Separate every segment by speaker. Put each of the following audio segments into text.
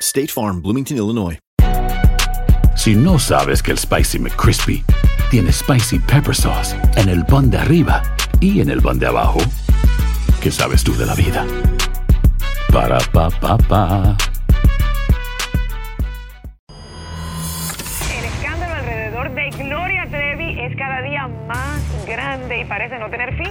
Speaker 1: State Farm, Bloomington, Illinois.
Speaker 2: Si no sabes que el Spicy McCrispy tiene Spicy Pepper Sauce en el pan de arriba y en el pan de abajo, ¿qué sabes tú de la vida? Para, pa, pa, pa.
Speaker 3: El escándalo alrededor de Gloria Trevi es cada día más grande y parece no tener fin.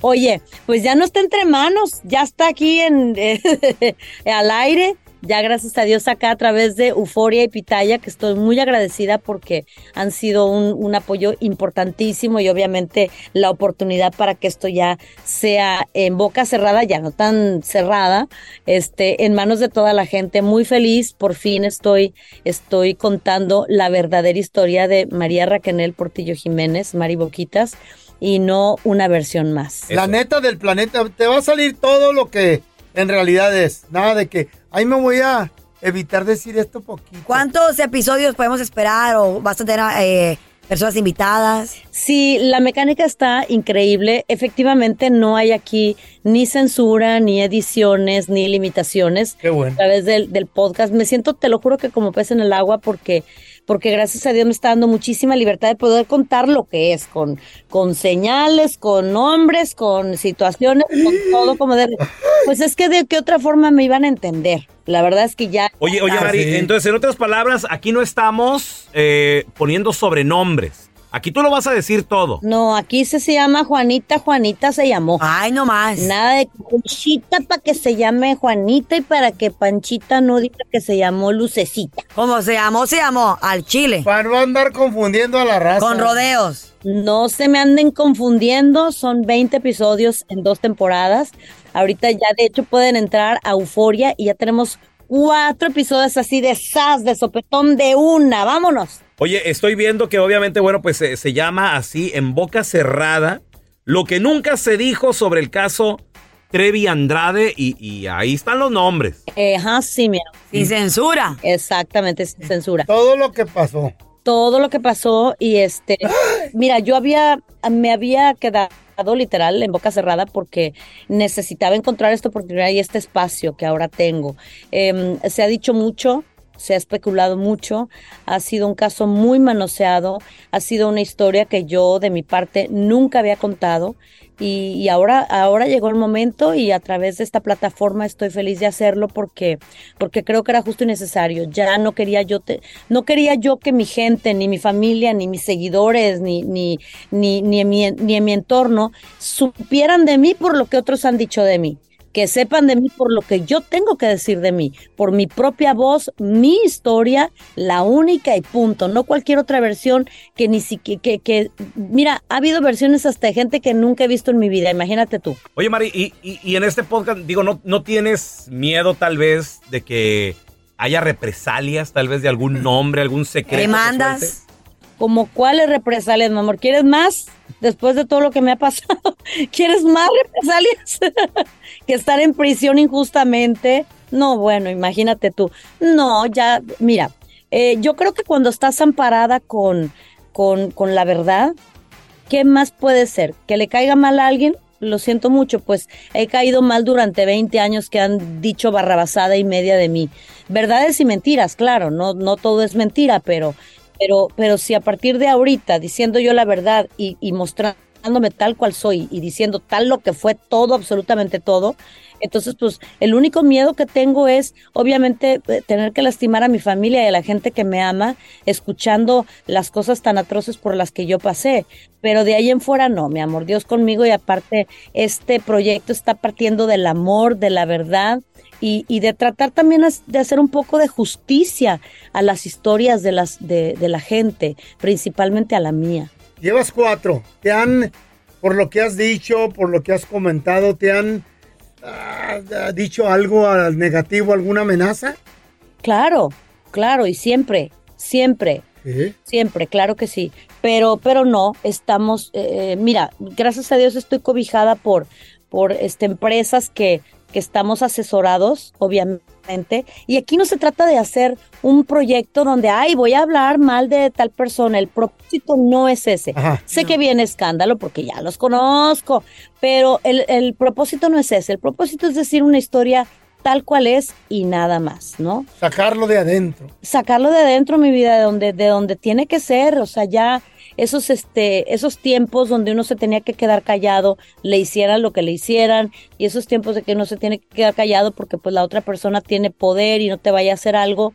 Speaker 4: Oye, pues ya no está entre manos, ya está aquí en, eh, al aire. Ya gracias a Dios acá a través de Euforia y Pitaya, que estoy muy agradecida porque han sido un, un apoyo importantísimo y obviamente la oportunidad para que esto ya sea en boca cerrada, ya no tan cerrada, este, en manos de toda la gente. Muy feliz, por fin estoy, estoy contando la verdadera historia de María Raquel Portillo Jiménez, Mari Boquitas, y no una versión más.
Speaker 5: La neta del planeta, te va a salir todo lo que en realidad es. Nada de que, ahí me voy a evitar decir esto poquito.
Speaker 6: Uh, ¿Cuántos episodios podemos esperar o vas a tener eh, personas invitadas?
Speaker 4: Sí, la mecánica está increíble. Efectivamente, no hay aquí ni censura, ni ediciones, ni limitaciones.
Speaker 5: Qué bueno.
Speaker 4: a través del, del podcast. Me siento, te lo juro, que como pez en el agua porque, porque gracias a Dios me está dando muchísima libertad de poder contar lo que es, con, con señales, con nombres, con situaciones, con todo como de... Pues es que de qué otra forma me iban a entender. La verdad es que ya... Ah,
Speaker 7: Oye, oye,
Speaker 4: ya-
Speaker 7: Mari,
Speaker 5: sí.
Speaker 7: entonces, en otras palabras, aquí no estamos eh, poniendo sobrenombres. Aquí tú lo vas a decir todo.
Speaker 4: No, aquí se, se llama Juanita, Juanita se llamó.
Speaker 6: Ay, no más.
Speaker 4: Nada de Panchita para que se llame Juanita y para que Panchita no diga que se llamó Lucecita.
Speaker 6: Como se llamó, se llamó al Chile.
Speaker 5: Para no andar confundiendo a la raza.
Speaker 6: Con rodeos.
Speaker 4: No se me anden confundiendo, son 20 episodios en dos temporadas. Ahorita ya de hecho pueden entrar a Euforia y ya tenemos cuatro episodios así de sas, de sopetón de una. Vámonos.
Speaker 7: Oye, estoy viendo que obviamente, bueno, pues se, se llama así, en boca cerrada, lo que nunca se dijo sobre el caso Trevi Andrade y, y ahí están los nombres.
Speaker 4: Eh, ajá, sí, mira.
Speaker 6: Sin censura.
Speaker 4: Exactamente, sin censura.
Speaker 5: Todo lo que pasó.
Speaker 4: Todo lo que pasó y este, mira, yo había, me había quedado literal en boca cerrada porque necesitaba encontrar esta oportunidad y este espacio que ahora tengo. Em, se ha dicho mucho, se ha especulado mucho, ha sido un caso muy manoseado, ha sido una historia que yo de mi parte nunca había contado y, y ahora, ahora llegó el momento y a través de esta plataforma estoy feliz de hacerlo porque, porque creo que era justo y necesario. Ya no quería yo, te- no quería yo que mi gente, ni mi familia, ni mis seguidores, ni, ni, ni, ni, en mi, ni en mi entorno supieran de mí por lo que otros han dicho de mí que sepan de mí por lo que yo tengo que decir de mí, por mi propia voz, mi historia, la única y punto, no cualquier otra versión que ni siquiera, que, que, mira, ha habido versiones hasta de gente que nunca he visto en mi vida, imagínate tú.
Speaker 7: Oye, Mari, y, y- y en este podcast, digo, ¿no, ¿no tienes miedo tal vez de que haya represalias, tal vez de algún nombre, algún secreto? que suelte?
Speaker 4: Como cuáles represalias, mi amor, ¿quieres más? Después de todo lo que me ha pasado, ¿quieres más represalias? que estar en prisión injustamente. No, bueno, imagínate tú. No, ya, mira, eh, yo creo que cuando estás amparada con, con, con la verdad, ¿qué más puede ser? ¿Que le caiga mal a alguien? Lo siento mucho, pues he caído mal durante 20 años que han dicho barrabasada y media de mí. Verdades y mentiras, claro, no, no todo es mentira, pero, pero, pero si a partir de ahorita, diciendo yo la verdad y, y mostrándome tal cual soy y diciendo tal lo que fue todo, absolutamente todo, entonces pues el único miedo que tengo es obviamente eh, tener que lastimar a mi familia y a la gente que me ama escuchando las cosas tan atroces por las que yo pasé. Pero de ahí en fuera no, mi amor, Dios conmigo y aparte este proyecto está partiendo del amor, de la verdad y, y de tratar también as- de hacer un poco de justicia a las historias de, las, de, de la gente, principalmente a la mía.
Speaker 5: Llevas cuatro. Te han, por lo que has dicho, por lo que has comentado, te han ah, ah, dicho algo al negativo, alguna amenaza.
Speaker 4: Claro, claro, y siempre, siempre, siempre, claro que sí. Pero, pero no, estamos, eh, eh, mira, gracias a Dios estoy cobijada por, por este, empresas que, que estamos asesorados, obviamente. Y aquí no se trata de hacer un proyecto donde, ay, voy a hablar mal de tal persona. El propósito no es ese.
Speaker 8: Ajá.
Speaker 4: Sé que viene escándalo porque ya los conozco, pero el, el propósito no es ese. El propósito es decir una historia tal cual es y nada más, ¿no?
Speaker 5: Sacarlo de adentro.
Speaker 4: sacarlo de adentro mi vida de donde de donde tiene que ser o sea ya esos este esos tiempos donde uno se tenía que quedar callado le hicieran lo que le hicieran y esos tiempos de que uno se tiene que quedar callado porque pues la otra persona tiene poder y no te vaya a hacer algo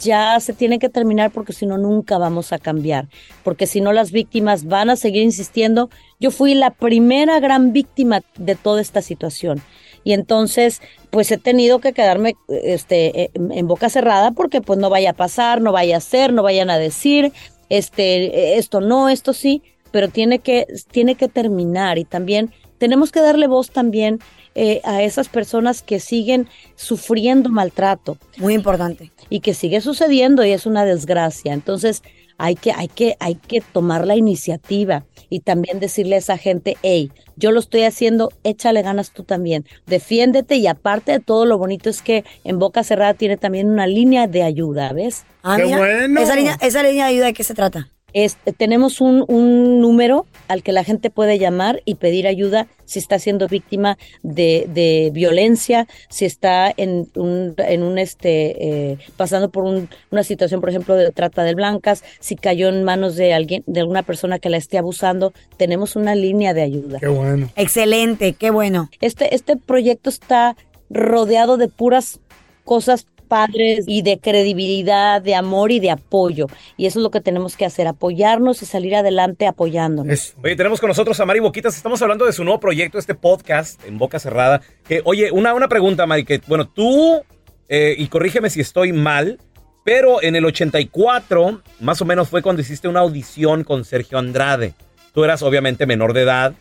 Speaker 4: ya se tiene que terminar porque si no nunca vamos a cambiar porque si no las víctimas van a seguir insistiendo yo fui la primera gran víctima de toda esta situación y entonces, pues he tenido que quedarme este, en en boca cerrada porque pues no vaya a pasar, no vaya a ser, no vayan a decir, este, esto no, esto sí, pero tiene que, tiene que terminar y también tenemos que darle voz también eh, a esas personas que siguen sufriendo maltrato.
Speaker 6: Muy importante.
Speaker 4: Y que sigue sucediendo y es una desgracia. Entonces, hay que, hay que, hay que tomar la iniciativa y también decirle a esa gente, hey, yo lo estoy haciendo, échale ganas tú también, defiéndete y aparte de todo lo bonito es que en Boca Cerrada tiene también una línea de ayuda, ¿ves?
Speaker 6: Ah, mira, Esa línea, esa línea de ayuda, ¿de qué se trata?
Speaker 4: Es- tenemos un, un número al que la gente puede llamar y pedir ayuda si está siendo víctima de, de violencia, si está en un, en un este, eh, pasando por un- una situación, por ejemplo, de trata de blancas, si cayó en manos de alguien, de alguna persona que la esté abusando, tenemos una línea de ayuda.
Speaker 5: Qué bueno.
Speaker 6: Excelente, qué bueno.
Speaker 4: Este, este proyecto está rodeado de puras cosas padres y de credibilidad, de amor y de apoyo. Y eso es lo que tenemos que hacer, apoyarnos y salir adelante apoyándonos.
Speaker 7: Oye, tenemos con nosotros a Mari Boquitas. Estamos hablando de su nuevo proyecto, este podcast en Boca Cerrada. Que, oye, una, una pregunta, Mari, que, bueno, tú, eh, y corrígeme si estoy mal, pero en el 84, más o menos fue cuando hiciste una audición con Sergio Andrade. Tú eras obviamente menor de edad.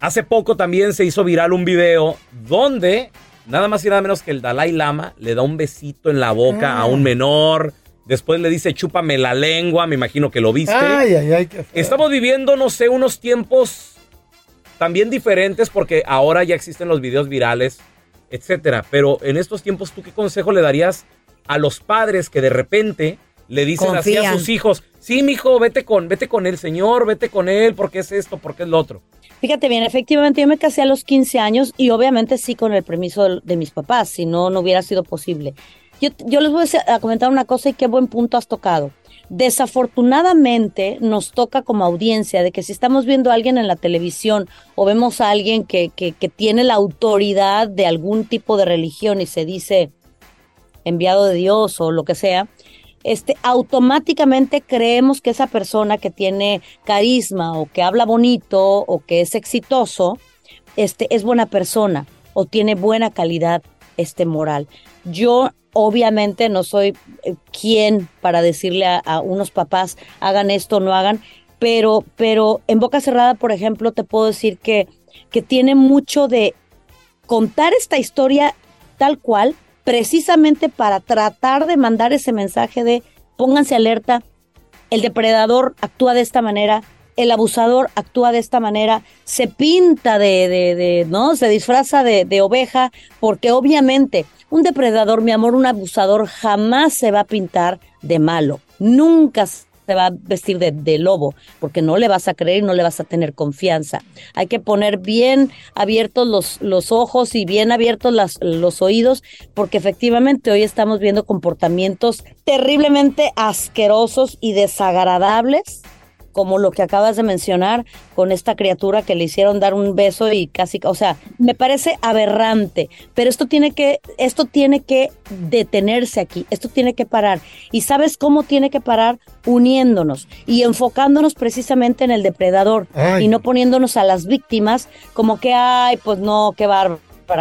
Speaker 7: Hace poco también se hizo viral un video donde nada más y nada menos que el Dalai Lama le da un besito en la boca
Speaker 5: Ah.
Speaker 7: a un menor. Después le dice, chúpame la lengua, me imagino que lo viste.
Speaker 5: Ay, ay, ay, qué feo.
Speaker 7: Estamos viviendo, no sé, unos tiempos también diferentes porque ahora ya existen los videos virales, etcétera. Pero en estos tiempos, ¿tú qué consejo le darías a los padres que de repente le dicen así a
Speaker 4: Confían.
Speaker 7: sus hijos? Sí, mijo, vete con, vete con el señor, vete con él, porque es esto, porque es lo otro.
Speaker 4: Fíjate bien, efectivamente yo me casé a los 15 años y obviamente sí con el permiso de, de mis papás, si no, no hubiera sido posible. Yo, yo les voy a decir- a comentar una cosa y qué buen punto has tocado. Desafortunadamente nos toca como audiencia de que si estamos viendo a alguien en la televisión o vemos a alguien que, que, que tiene la autoridad de algún tipo de religión y se dice enviado de Dios o lo que sea, este, automáticamente creemos que esa persona que tiene carisma o que habla bonito o que es exitoso, este, es buena persona o tiene buena calidad este, moral. Yo obviamente no soy eh, quien para decirle a, a unos papás hagan esto o no hagan, pero, pero en boca cerrada, por ejemplo, te puedo decir que, que tiene mucho de contar esta historia tal cual, precisamente para tratar de mandar ese mensaje de pónganse alerta, el depredador actúa de esta manera, el abusador actúa de esta manera, se pinta de, de, de- ¿no? Se disfraza de, de oveja, porque obviamente un depredador, mi amor, un abusador jamás se va a pintar de malo, nunca se va a vestir de, de lobo, porque no le vas a creer, no le vas a tener confianza. Hay que poner bien abiertos los, los ojos y bien abiertos las- los oídos, porque efectivamente hoy estamos viendo comportamientos terriblemente asquerosos y desagradables, como lo que acabas de mencionar con esta criatura que le hicieron dar un beso y casi, o sea, me parece aberrante, pero esto tiene que esto tiene que detenerse aquí, esto tiene que parar. ¿Y sabes cómo tiene que parar? Uniéndonos y enfocándonos precisamente en el depredador
Speaker 8: Ay.
Speaker 4: y no poniéndonos a las víctimas como que ay, pues no, qué bárbaro.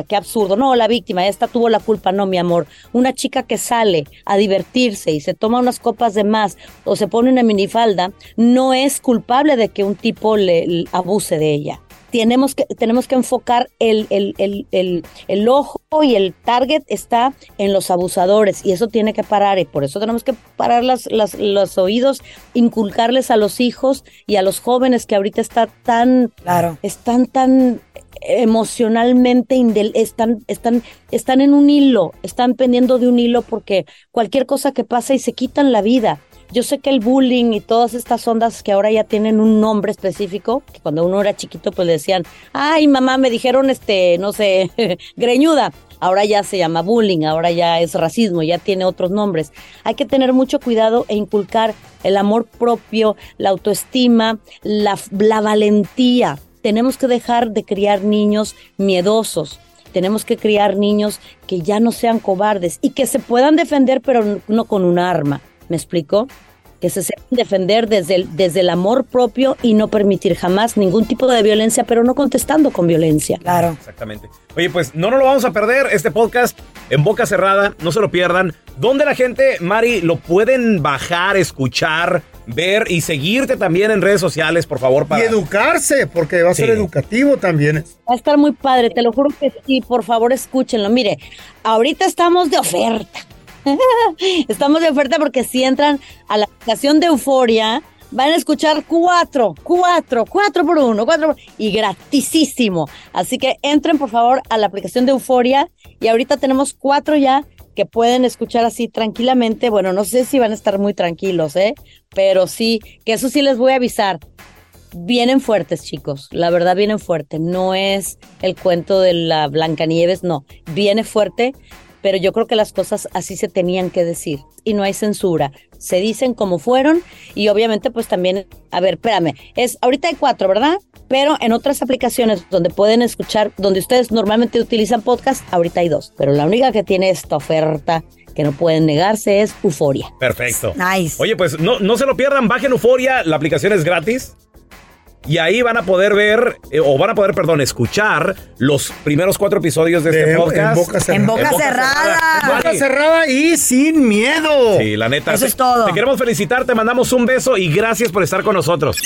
Speaker 4: qué absurdo. No, la víctima, esta tuvo la culpa. No, mi amor. Una chica que sale a divertirse y se toma unas copas de más o se pone una minifalda, no es culpable de que un tipo le, le abuse de ella. Tenemos que, tenemos que enfocar el, el- el- el- el ojo y el target está en los abusadores y eso tiene que parar y por eso tenemos que parar las, las- los oídos, inculcarles a los hijos y a los jóvenes que ahorita está tan, están tan emocionalmente indel- están están están en un hilo, están pendiendo de un hilo porque cualquier cosa que pasa y se quitan la vida. Yo sé que el bullying y todas estas ondas que ahora ya tienen un nombre específico, que cuando uno era chiquito pues le decían, "Ay, mamá, me dijeron este, no sé, greñuda." Ahora ya se llama bullying, ahora ya es racismo, ya tiene otros nombres. Hay que tener mucho cuidado e inculcar el amor propio, la autoestima, la, la valentía. Tenemos que dejar de criar niños miedosos. Tenemos que criar niños que ya no sean cobardes y que se puedan defender, pero no con un arma. ¿Me explico? Que se sepan defender desde el, desde el amor propio y no permitir jamás ningún tipo de violencia, pero no contestando con violencia. Claro.
Speaker 7: Exactamente. Oye, pues no nos lo vamos a perder, este podcast en boca cerrada, no se lo pierdan. ¿Dónde la gente, Mari, lo pueden bajar, escuchar, ver y seguirte también en redes sociales, por favor? Para...
Speaker 5: Y educarse, porque va a ser
Speaker 7: Sí.
Speaker 5: educativo también.
Speaker 4: Va a estar muy padre, te lo juro que sí, por favor escúchenlo. Mire, ahorita estamos de oferta. estamos de oferta porque si entran a la aplicación de Euforia, van a escuchar cuatro, cuatro, cuatro por uno, cuatro por- y gratisísimo. Así que entren por favor a la aplicación de Euforia y ahorita tenemos cuatro ya que pueden escuchar así tranquilamente. Bueno, no sé si van a estar muy tranquilos, ¿eh? Pero sí, que eso sí les voy a avisar. Vienen fuertes, chicos. La verdad, vienen fuerte. No es el cuento de la Blancanieves, no. Viene fuerte, pero yo creo que las cosas así se tenían que decir. Y no hay censura. Se dicen como fueron. Y obviamente, pues también. A ver, espérame. Es, ahorita hay cuatro, ¿verdad? Pero en otras aplicaciones donde pueden escuchar, donde ustedes normalmente utilizan podcast, ahorita hay dos. Pero la única que tiene esta oferta que no pueden negarse es Euforia.
Speaker 7: Perfecto.
Speaker 4: Nice.
Speaker 7: Oye, pues no, no se lo pierdan, bajen Euforia, la aplicación es gratis. Y ahí van a poder ver, eh, o van a poder, perdón, escuchar los primeros cuatro episodios de este
Speaker 5: En- en
Speaker 7: podcast.
Speaker 5: boca cerrada. En boca
Speaker 7: cerrada.
Speaker 5: Boca cerrada y sin miedo.
Speaker 7: Sí, la neta.
Speaker 5: Eso
Speaker 7: te-
Speaker 5: es todo.
Speaker 7: Te queremos felicitar, te mandamos un beso y gracias por estar con nosotros.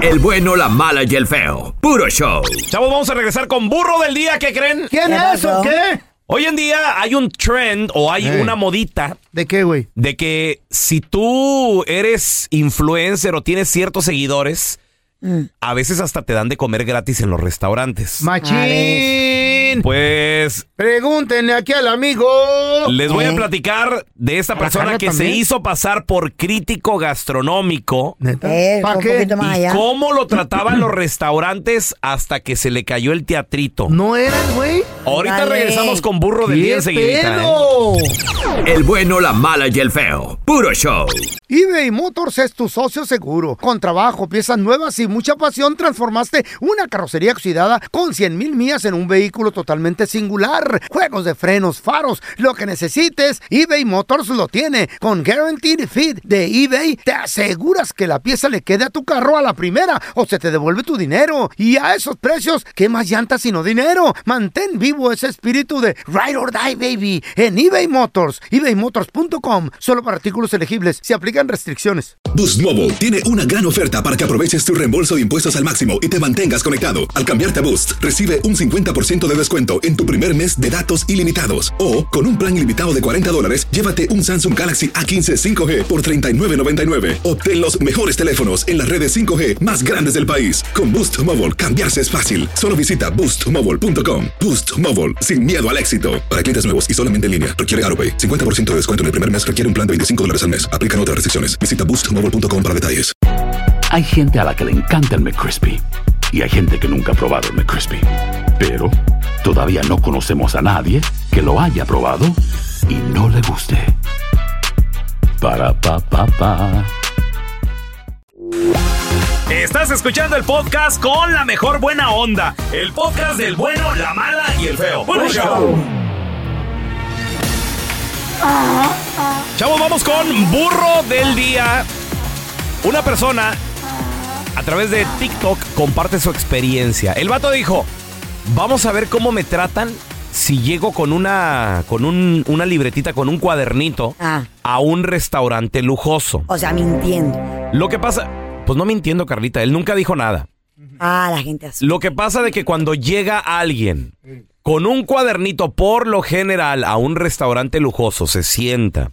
Speaker 9: El bueno, la mala y el feo. Puro show.
Speaker 7: Chavos, Pues vamos a regresar con burro del día, ¿qué creen?
Speaker 5: ¿Quién es o qué?
Speaker 7: Hoy en día hay un trend o hay
Speaker 5: Eh.
Speaker 7: una modita
Speaker 5: ¿De qué, güey?
Speaker 7: de que si tú eres influencer o tienes ciertos seguidores,
Speaker 5: Mm.
Speaker 7: A veces hasta te dan de comer gratis en los restaurantes.
Speaker 5: Ah, Machín.
Speaker 7: Pues
Speaker 5: Pregúntenle aquí al amigo.
Speaker 7: les voy a platicar de esta
Speaker 5: ¿A la
Speaker 7: persona
Speaker 5: Carla
Speaker 7: que se
Speaker 5: también?
Speaker 7: hizo pasar por crítico gastronómico.
Speaker 5: ¿Para qué?
Speaker 7: ¿Y cómo lo trataban los restaurantes hasta que se le cayó el teatrito?
Speaker 5: ¿No eras, güey?
Speaker 7: Ahorita
Speaker 5: Dale.
Speaker 7: regresamos con burro del
Speaker 9: ¿Qué
Speaker 7: día enseguidita. ¿eh?
Speaker 5: Eh, pedo?
Speaker 9: El bueno, la mala y el feo. Puro show.
Speaker 5: eBay Motors es tu socio seguro. Con trabajo, piezas nuevas y mucha pasión, transformaste una carrocería oxidada con 100 mil millas en un vehículo totalmente singular. Juegos de frenos, faros, lo que necesites, eBay Motors lo tiene. Con Guaranteed Fit de eBay, te aseguras que la pieza le quede a tu carro a la primera o se te devuelve tu dinero. Y a esos precios, ¿qué más llantas sino dinero? Mantén vivo ese espíritu de Ride or Die, baby, en eBay Motors. ebaymotors.com. Solo para artículos elegibles. Se aplican restricciones.
Speaker 8: Boost Mobile tiene una gran oferta para que aproveches tu reembolso de impuestos al máximo y te mantengas conectado. Al cambiarte a Boost, recibe un 50% de descuento en tu primer mes de datos ilimitados. O, con un plan ilimitado de 40 dólares, llévate un Samsung Galaxy A15 5G por $39.99. Obtén los mejores teléfonos en las redes 5G más grandes del país. Con Boost Mobile, cambiarse es fácil. Solo visita boostmobile.com. Boost Mobile, sin miedo al éxito. Para clientes nuevos y solamente en línea, requiere AroPay. 50% de descuento en el primer mes requiere un plan de 25 dólares al mes. Aplican otras restricciones. Visita boostmobile.com para detalles.
Speaker 2: Hay gente a la que le encanta el McCrispy y hay gente que nunca ha probado el McCrispy. Pero todavía no conocemos a nadie que lo haya probado y no le guste. Para pa pa pa.
Speaker 7: Estás escuchando el podcast con la mejor buena onda. El podcast del bueno, la mala y el feo. Bueno,
Speaker 6: Ah.
Speaker 7: Chavos, vamos con burro del día. Una persona a través de TikTok comparte su experiencia. El vato dijo, vamos a ver cómo me tratan si llego con una, con un- una libretita, con un cuadernito a un restaurante lujoso.
Speaker 6: Ah, O sea, mintiendo.
Speaker 7: Lo que pasa, pues no me entiendo, Carlita, él nunca dijo nada.
Speaker 6: Ah, la gente así.
Speaker 7: Lo que pasa de que cuando llega alguien con un cuadernito por lo general a un restaurante lujoso, se sienta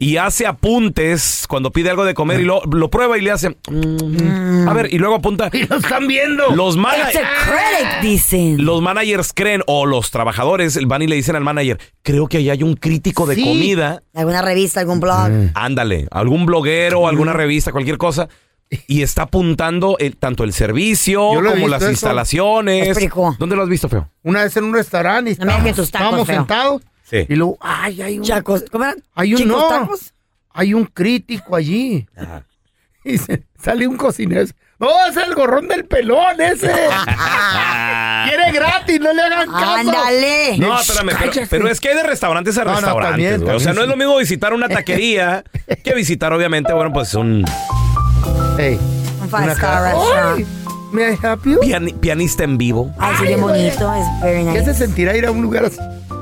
Speaker 7: y hace apuntes cuando pide algo de comer y lo, lo prueba y le hace... "Mm". A ver, y luego apunta... Y lo están viendo. Los, mana- ¡Ah!
Speaker 6: It's a credit, dicen.
Speaker 7: los managers creen, o los trabajadores van y le dicen al manager, creo que ahí hay un crítico de
Speaker 6: Sí.
Speaker 7: comida.
Speaker 6: ¿Alguna revista, algún blog?
Speaker 5: Mm.
Speaker 7: Ándale, algún bloguero, alguna revista, cualquier cosa. Y está apuntando el- tanto el servicio
Speaker 5: Yo lo he
Speaker 7: como
Speaker 5: visto
Speaker 7: las
Speaker 5: eso.
Speaker 7: instalaciones.
Speaker 5: Explico.
Speaker 7: ¿Dónde lo has visto, feo?
Speaker 5: Una vez en un restaurante y estábamos, estábamos
Speaker 6: feo.
Speaker 5: sentados.
Speaker 7: Sí.
Speaker 5: Y luego, ay, hay un.
Speaker 6: Chacos, ¿cómo eran?
Speaker 5: Hay un
Speaker 6: ¿Chicos
Speaker 5: no,
Speaker 6: tacos?
Speaker 5: Hay un crítico allí. Y se- sale un cocinero. No, es el gorrón del pelón ese. Quiere gratis, no le hagan caso.
Speaker 6: Ah, Ándale.
Speaker 7: No, espérame, pero,
Speaker 5: Cállate.
Speaker 7: pero es que hay de restaurantes a
Speaker 5: No, no,
Speaker 7: restaurantes.
Speaker 5: también,
Speaker 7: güey. o
Speaker 5: también
Speaker 7: sea, no es
Speaker 5: sí.
Speaker 7: lo mismo visitar una taquería que visitar, obviamente, bueno, pues un
Speaker 5: Ey,
Speaker 6: Un five
Speaker 5: una
Speaker 6: star
Speaker 5: cara- Ay,
Speaker 6: restaurant.
Speaker 5: ¿Me help you?
Speaker 7: piani- pianista en vivo.
Speaker 6: Ay, sí, bien bonito. Es very
Speaker 5: ¿Qué se
Speaker 6: nice.
Speaker 5: sentirá ir a un lugar así?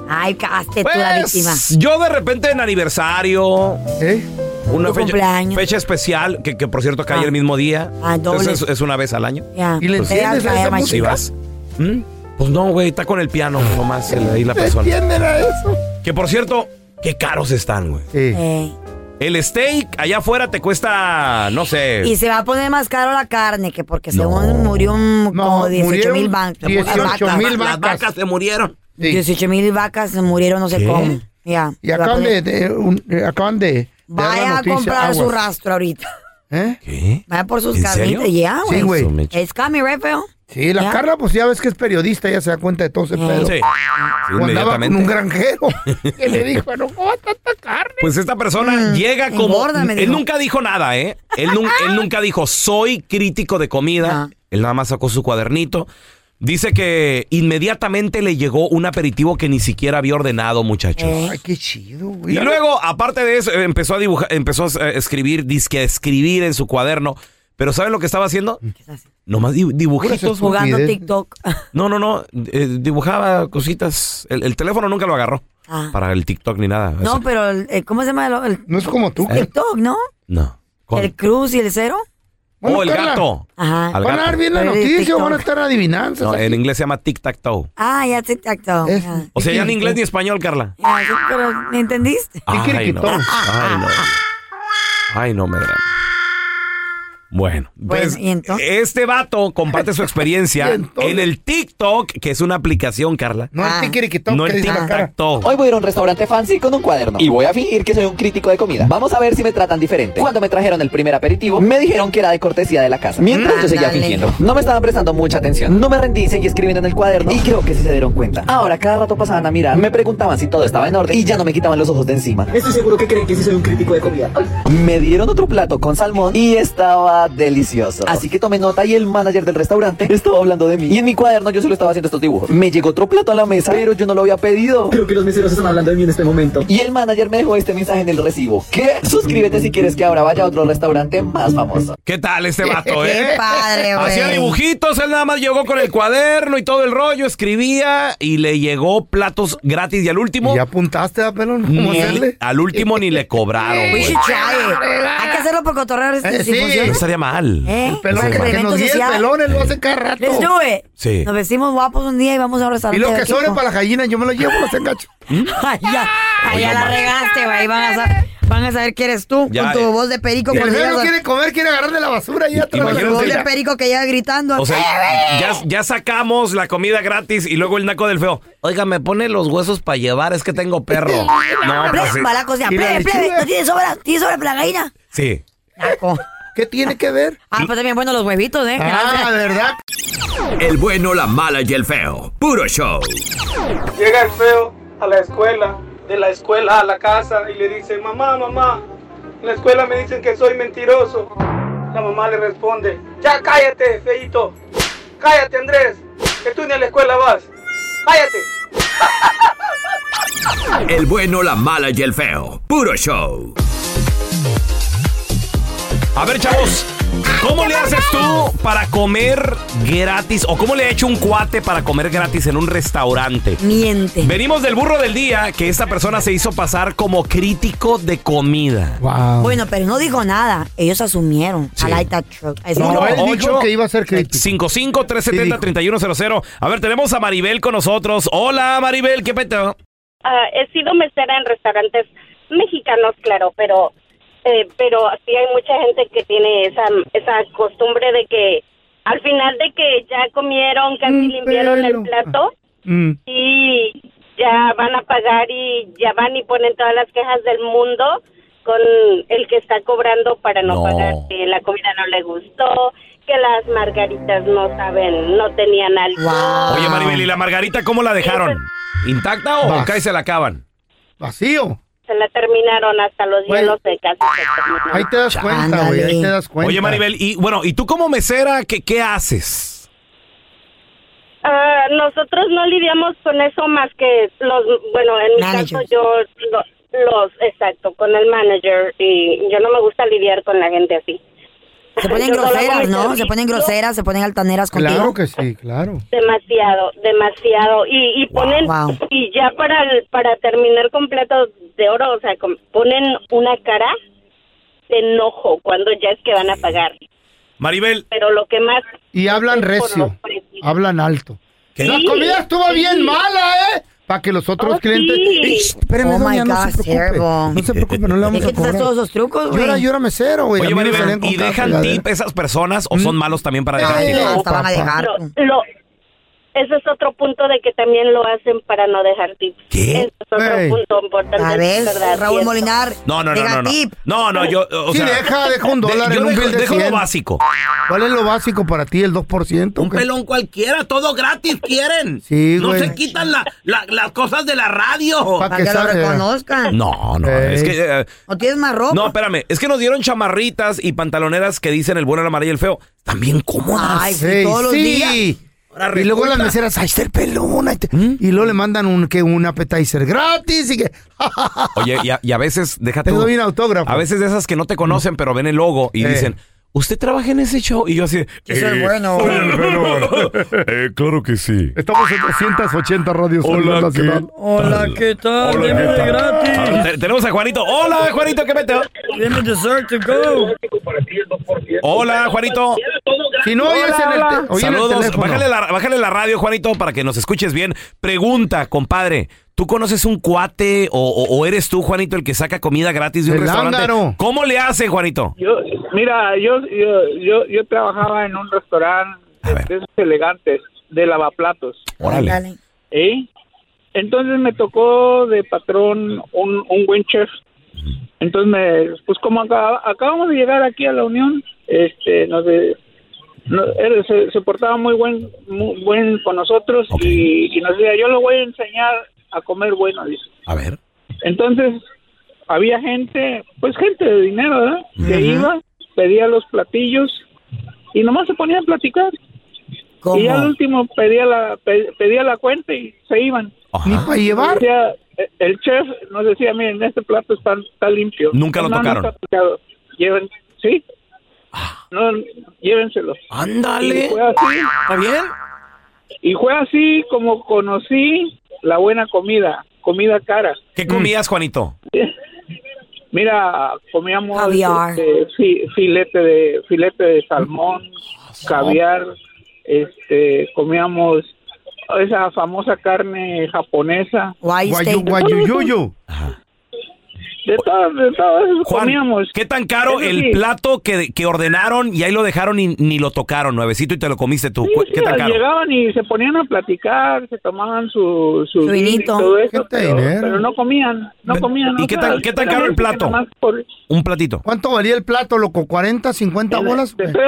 Speaker 6: Ay, cagaste tú la
Speaker 7: Pues,
Speaker 6: víctima.
Speaker 7: yo de repente en aniversario,
Speaker 5: ¿Eh?
Speaker 7: una
Speaker 6: Tu
Speaker 7: fecha,
Speaker 6: cumpleaños.
Speaker 7: fecha especial, que, que por cierto cae el mismo día.
Speaker 6: Ah, doble.
Speaker 7: Entonces es, es una vez al año.
Speaker 6: Ya.
Speaker 5: ¿Y le
Speaker 6: Pues,
Speaker 5: entiendes
Speaker 6: era
Speaker 5: a esa
Speaker 6: machín.
Speaker 7: Si vas. ¿Mm? Pues no, güey, está con el piano nomás el- ahí la
Speaker 5: ¿Me
Speaker 7: persona.
Speaker 5: entienden a eso?
Speaker 7: Que por cierto, qué caros están, güey.
Speaker 6: Ey.
Speaker 7: El steak allá afuera te cuesta, no sé.
Speaker 6: Y se va a poner más caro la carne que porque según murió un,
Speaker 5: No,
Speaker 6: como 18 mil
Speaker 5: murieron
Speaker 6: vacas.
Speaker 5: 18,000
Speaker 6: Las
Speaker 5: vacas.
Speaker 7: se murieron.
Speaker 5: Sí.
Speaker 6: 18 mil vacas se murieron, no sé
Speaker 7: ¿Qué?
Speaker 6: cómo. Ya.
Speaker 5: Y
Speaker 6: se va a
Speaker 5: acaban de,
Speaker 6: poner-
Speaker 5: de- un- eh, acaban de, de dar la
Speaker 6: Vaya a
Speaker 5: noticia,
Speaker 6: comprar su
Speaker 5: aguas.
Speaker 6: rastro ahorita.
Speaker 5: ¿Eh?
Speaker 7: ¿Qué?
Speaker 6: Vaya por sus
Speaker 7: ¿En serio?
Speaker 6: carnitas. Ya,
Speaker 5: Sí,
Speaker 6: güey.
Speaker 5: güey.
Speaker 7: Eso, Meche.
Speaker 6: Es coming, right, feo?
Speaker 5: Sí, la
Speaker 6: Ya.
Speaker 5: Carla, pues ya ves que es periodista, ya se da cuenta de todo ese este pedo.
Speaker 7: Sí.
Speaker 5: O andaba con un granjero que le dijo, no comas tanta carne. Mm.
Speaker 7: Pues esta persona llega como.
Speaker 6: engorda, me
Speaker 7: él
Speaker 6: dijo.
Speaker 7: nunca dijo nada, ¿eh? Él, nun- él nunca dijo, soy crítico de comida.
Speaker 6: Ah.
Speaker 7: Él nada más sacó su cuadernito. Dice que inmediatamente le llegó un aperitivo que ni siquiera había ordenado, muchachos.
Speaker 5: Ay, qué chido, güey.
Speaker 7: Y luego, aparte de eso, eh, empezó a dibujar, empezó a eh, escribir, disque a escribir en su cuaderno. Pero ¿saben lo que estaba haciendo? Nomás di- dibujitos.
Speaker 5: Puras
Speaker 6: Jugando
Speaker 5: Estupidez.
Speaker 6: TikTok.
Speaker 7: No, no, no. eh, dibujaba cositas. El, el teléfono nunca lo agarró.
Speaker 6: Ah.
Speaker 7: Para el TikTok ni nada. O
Speaker 6: No,
Speaker 7: sea,
Speaker 6: pero el- el- ¿cómo se llama el, el
Speaker 5: No es como tú. que-
Speaker 6: TikTok, no?
Speaker 7: no. Con-
Speaker 6: El cruz y el cero.
Speaker 5: Bueno,
Speaker 7: o Oh, el
Speaker 5: Carla,
Speaker 7: gato.
Speaker 6: Ajá.
Speaker 7: Al
Speaker 5: Van a
Speaker 7: gato.
Speaker 5: dar bien la
Speaker 6: Pero de
Speaker 5: noticia,
Speaker 6: TikTok.
Speaker 5: van a estar adivinanzas.
Speaker 7: No,
Speaker 5: aquí.
Speaker 7: en inglés se llama tic-tac-toe.
Speaker 6: Ah, ya tic-tac-toe.
Speaker 5: Es-
Speaker 6: Ya.
Speaker 7: O sea, ya ni inglés ni español, Carla.
Speaker 6: Ya, sí, pero ¿me entendiste? Ah,
Speaker 7: Ay, no.
Speaker 5: Tiquiriquitón.
Speaker 7: Ay, no. Ay, no, me Bueno,
Speaker 6: Bueno,
Speaker 7: pues,
Speaker 6: ¿y entonces?
Speaker 7: este vato comparte su experiencia en el TikTok, que es una aplicación, Carla.
Speaker 5: No
Speaker 6: Ah.
Speaker 5: el tiquiriquitoc
Speaker 7: No
Speaker 5: que
Speaker 7: el
Speaker 5: dice la cara.
Speaker 7: TikTok.
Speaker 10: Hoy voy a ir a un restaurante fancy con un cuaderno y voy a fingir que soy un crítico de comida. Vamos a ver si me tratan diferente. Cuando me trajeron el primer aperitivo, me dijeron que era de cortesía de la casa. Mientras yo seguía
Speaker 11: Ándale.
Speaker 10: fingiendo, no me estaban prestando mucha atención. No me rendí, seguí escribiendo en el cuaderno y creo que sí se dieron cuenta. Ahora cada rato pasaban a mirar, me preguntaban si todo estaba en orden y ya no me quitaban los ojos de encima.
Speaker 11: Estoy seguro que creen que sí soy un crítico de comida.
Speaker 10: Me dieron otro plato con salmón y estaba delicioso. Así que tomé nota y el manager del restaurante estaba hablando de mí. Y en mi cuaderno yo solo estaba haciendo estos dibujos. Me llegó otro plato a la mesa, pero yo no lo había pedido.
Speaker 11: Creo que los meseros están hablando de mí en este momento.
Speaker 10: Y el manager me dejó este mensaje en el recibo. ¿Qué? Suscríbete si quieres que ahora vaya a otro restaurante más famoso.
Speaker 7: ¿Qué tal este vato, eh?
Speaker 10: Qué padre, güey.
Speaker 7: Hacía dibujitos, él nada más llegó con el cuaderno y todo el rollo, escribía y le llegó platos gratis. Y al último. ¿Y
Speaker 5: apuntaste a pelón?
Speaker 6: ¿Cómo hacerle?
Speaker 7: Al último ni le cobraron.
Speaker 6: We
Speaker 7: güey.
Speaker 6: should try it. ah, Hay que hacerlo por cotorrear
Speaker 5: Eh,
Speaker 6: este
Speaker 5: sí.
Speaker 7: No estaría mal.
Speaker 6: ¿Eh?
Speaker 5: El pelón
Speaker 6: Es
Speaker 5: que- que
Speaker 6: un
Speaker 5: nos
Speaker 6: experimento
Speaker 5: guíe el
Speaker 6: social.
Speaker 5: pelón, él lo hace cada rato.
Speaker 6: Let's do it.
Speaker 5: Sí.
Speaker 6: Nos vestimos guapos un día y vamos a un
Speaker 5: Y
Speaker 6: restaurante.
Speaker 5: lo
Speaker 6: de
Speaker 5: que sobre
Speaker 6: equipo.
Speaker 5: para las gallinas, yo me lo llevo, los engacho.
Speaker 6: Ay, ya, ay, ya la regaste, güey. Van a, sa- van a saber que eres tú
Speaker 7: Ya,
Speaker 6: con tu
Speaker 7: eh.
Speaker 6: voz de perico.
Speaker 7: Ya.
Speaker 6: cuando
Speaker 7: El feo no
Speaker 6: llegas a-
Speaker 5: Quiere comer, quiere agarrar de la basura y atrás.
Speaker 6: Con tu
Speaker 7: Imagínate
Speaker 6: voz de
Speaker 7: ya.
Speaker 6: perico que llega gritando.
Speaker 7: O
Speaker 6: "Eh,
Speaker 7: sea, ya, ya sacamos la comida gratis y luego el naco del feo. Oiga, me pone los huesos para llevar, es que tengo perro. No,
Speaker 6: Plebe,
Speaker 7: pues sí.
Speaker 6: mala cosa,
Speaker 7: Y la
Speaker 6: plebe, plebe,
Speaker 7: lechuga.
Speaker 6: ¿no tienes sobra? ¿Tienes sobra para la gallina?
Speaker 7: Sí.
Speaker 5: ¿Qué tiene que ver?
Speaker 6: Ah, pues también bueno los huevitos, ¿eh?
Speaker 5: Ah, ¿verdad?
Speaker 9: El bueno, la mala y el feo. Puro show.
Speaker 12: Llega el feo a la escuela, de la escuela a la casa y le dice, mamá, mamá, en la escuela me dicen que soy mentiroso. La mamá le responde, ya cállate, feito. Cállate, Andrés, que tú ni a la escuela vas. Cállate.
Speaker 9: El bueno, la mala y el feo. Puro show.
Speaker 7: A ver, chavos, ¿cómo le haces tú para comer gratis? ¿O cómo le ha hecho un cuate para comer gratis en un restaurante?
Speaker 6: Miente.
Speaker 7: Venimos del burro del día, que esta persona se hizo pasar como crítico de comida.
Speaker 5: Ah.
Speaker 6: Bueno, pero no dijo nada. Ellos asumieron. I like that truck. Es
Speaker 7: Uno,
Speaker 6: un-
Speaker 7: ocho,
Speaker 5: iba a ser crítico.
Speaker 7: 55 370 3100. A ver, tenemos a Maribel con nosotros. Hola, Maribel, ¿qué pedo?
Speaker 13: Ah, he sido mesera en restaurantes mexicanos, claro, pero eh, pero sí hay mucha gente que tiene esa esa costumbre de que al final de que ya comieron, casi
Speaker 5: Mm,
Speaker 13: limpiaron el plato Mm. y ya van a pagar y ya van y ponen todas las quejas del mundo con el que está cobrando para no,
Speaker 7: No.
Speaker 13: pagar que la comida no le gustó, que las margaritas no saben, no tenían algo.
Speaker 7: Oye, Maribel, ¿y la margarita cómo la dejaron? ¿Intacta o
Speaker 5: Vas.
Speaker 7: acá y se la acaban?
Speaker 5: Vacío.
Speaker 13: Se la terminaron hasta los hielos de casi se terminaron.
Speaker 5: Ahí te das cuenta, güey, ahí te das cuenta.
Speaker 7: Oye, Maribel, y bueno, ¿y tú como mesera qué, qué haces?
Speaker 13: Ah, nosotros no lidiamos con eso más que los, bueno, en mi caso yo lo- los, exacto, con el manager y yo no me gusta lidiar con la gente así.
Speaker 6: Se ponen
Speaker 13: Yo solo hago
Speaker 6: groseras,
Speaker 13: mi
Speaker 6: ¿no? Se ponen groseras, se ponen altaneras contigo.
Speaker 5: Claro que sí, claro.
Speaker 13: Demasiado, demasiado y, y ponen
Speaker 6: wow.
Speaker 13: y ya para el- para terminar con plato de oro, o sea, con- ponen una cara de enojo cuando ya es que van a pagar.
Speaker 7: Maribel.
Speaker 13: Pero lo que más
Speaker 5: Y hablan recio, hablan alto.
Speaker 7: ¿Qué?
Speaker 5: La comida estuvo
Speaker 13: Sí.
Speaker 5: bien mala, ¿eh? Para que los otros
Speaker 13: Oh,
Speaker 5: clientes...
Speaker 13: sí.
Speaker 5: Ish, espérame,
Speaker 6: Oh, my
Speaker 5: doña, no
Speaker 6: God,
Speaker 5: se preocupe.
Speaker 6: siervo.
Speaker 5: No se preocupe, no le vamos
Speaker 6: ¿De
Speaker 5: a
Speaker 6: qué te
Speaker 5: cobrar.
Speaker 6: das todos esos trucos,
Speaker 5: Pues, Yo
Speaker 6: güey?
Speaker 5: era, yo era mesero, güey. a
Speaker 7: Oye,
Speaker 5: mí me
Speaker 7: Maribel,
Speaker 5: salían con
Speaker 7: ¿y
Speaker 5: cada
Speaker 7: dejan
Speaker 5: fregadera.
Speaker 7: tip esas personas o
Speaker 5: Mm.
Speaker 7: son malos también para dejar
Speaker 6: Ay,
Speaker 7: tip?
Speaker 6: no, Ah, hasta van a dejar.
Speaker 13: Lo, lo- ese es otro punto de que también lo hacen para no dejar tips. Ese es otro
Speaker 7: Ey.
Speaker 13: punto importante.
Speaker 6: A ver, Raúl Molinar.
Speaker 7: No, no, no,
Speaker 6: Deja
Speaker 7: no, no.
Speaker 6: tip.
Speaker 7: No, no, yo, o
Speaker 5: Sí,
Speaker 7: sea,
Speaker 5: deja, deja un
Speaker 7: de-
Speaker 5: dólar
Speaker 7: yo
Speaker 5: en un
Speaker 7: dejo-
Speaker 5: bill de
Speaker 7: dejo lo
Speaker 5: 100.
Speaker 7: básico.
Speaker 5: ¿Cuál es lo básico para ti, el 2%? Un
Speaker 7: pelón cualquiera, todo gratis quieren.
Speaker 5: Sí, güey.
Speaker 7: quitan la- la- las cosas de la radio.
Speaker 6: Para que lo reconozcan.
Speaker 7: No, no,
Speaker 5: Ey.
Speaker 7: es que... eh,
Speaker 6: ¿O tienes más ropa?
Speaker 7: no, espérame, es que nos dieron chamarritas y pantaloneras que dicen el bueno, la amarilla y el feo. También cómodas.
Speaker 6: Ay, sí, todos los días.
Speaker 5: Ah, Y luego las meseras, ahí está el pelón. ahí está". Y luego le mandan un, que un appetizer gratis y que...
Speaker 7: Oye, y a, y a veces, déjate.
Speaker 5: Te doy un autógrafo.
Speaker 7: A veces de esas que no te conocen, pero ven el logo y
Speaker 5: Eh.
Speaker 7: dicen, ¿usted trabaja en ese show? Y yo así.
Speaker 5: Yo soy el bueno.
Speaker 7: soy el bueno. Eh, claro que sí.
Speaker 5: Estamos en 280 radios a nivel nacional.
Speaker 14: Hola, ¿qué tal? Deme de gratis.
Speaker 7: Ah, Te- tenemos a Juanito. Hola, Juanito, ¿qué mete?
Speaker 14: Deme dessert to go.
Speaker 7: Hola, Juanito.
Speaker 5: Ah, Si no oyes en el, te- oye en el
Speaker 7: Saludos.
Speaker 5: teléfono.
Speaker 7: Bájale la, bájale la radio, Juanito, para que nos escuches bien. Pregunta, compadre. ¿Tú conoces un cuate o, o- o eres tú, Juanito, el que saca comida gratis de un
Speaker 5: El
Speaker 7: restaurante?
Speaker 5: lángaro.
Speaker 7: ¿Cómo le hace, Juanito?
Speaker 12: Yo, mira, yo, yo, yo, yo trabajaba en un restaurante de esos elegantes, de lavaplatos.
Speaker 7: Órale.
Speaker 12: ¿eh? Entonces me tocó de patrón un, un buen chef. Entonces, me, pues como acaba- acabamos de llegar aquí a la Unión, este, nos de- no- él se, se portaba muy buen, muy buen con nosotros y, y nos decía, yo lo voy a enseñar a comer bueno, dice.
Speaker 7: A ver.
Speaker 12: Entonces, había gente, pues gente de dinero, ¿verdad? Que
Speaker 15: Ujú.
Speaker 12: iba, pedía los platillos y nomás se ponía a platicar. Y ya al último pedía la, pe- pedía la cuenta y se iban.
Speaker 5: Ni para llevar.
Speaker 12: Decía, eh, el chef nos decía, miren, este plato está, está limpio.
Speaker 7: Nunca lo
Speaker 12: No, no
Speaker 7: tocaron. Ah.
Speaker 12: está tocado. Lleven, sí. No, llévenselo.
Speaker 7: Ándale.
Speaker 12: Y fue así. ¿Está
Speaker 7: bien?
Speaker 12: Y fue así como conocí la buena comida, comida cara.
Speaker 5: Mm.
Speaker 7: ¿Qué comías, Juanito?
Speaker 12: Mira, comíamos
Speaker 7: Caviar.
Speaker 12: este, fi- filete de filete de salmón, caviar, este, comíamos esa famosa carne japonesa.
Speaker 5: Guayu- guayuyuyu.
Speaker 12: De todo, de todo eso
Speaker 7: Juan,
Speaker 12: comíamos.
Speaker 7: ¿Qué tan caro
Speaker 12: Eso
Speaker 7: el
Speaker 12: sí,
Speaker 7: plato que, que ordenaron y ahí lo dejaron y ni lo tocaron, nuevecito, y te lo comiste tú? ¿Cu-
Speaker 12: sí,
Speaker 7: ¿Qué tan caro?
Speaker 12: Llegaban y se ponían a platicar, se tomaban su, su
Speaker 7: Su
Speaker 12: vino y
Speaker 7: vinito.
Speaker 12: todo eso,
Speaker 5: Gente de
Speaker 12: pero,
Speaker 5: dinero.
Speaker 12: pero no comían, no comían.
Speaker 5: ¿y
Speaker 12: o
Speaker 5: qué
Speaker 12: sea,
Speaker 5: tan- qué tan caro el
Speaker 12: solamente
Speaker 5: plato?
Speaker 12: nomás por-
Speaker 7: Un platito.
Speaker 5: ¿Cuánto valía el plato, loco? ¿40, 50 bolas? Eh,
Speaker 12: Te estoy,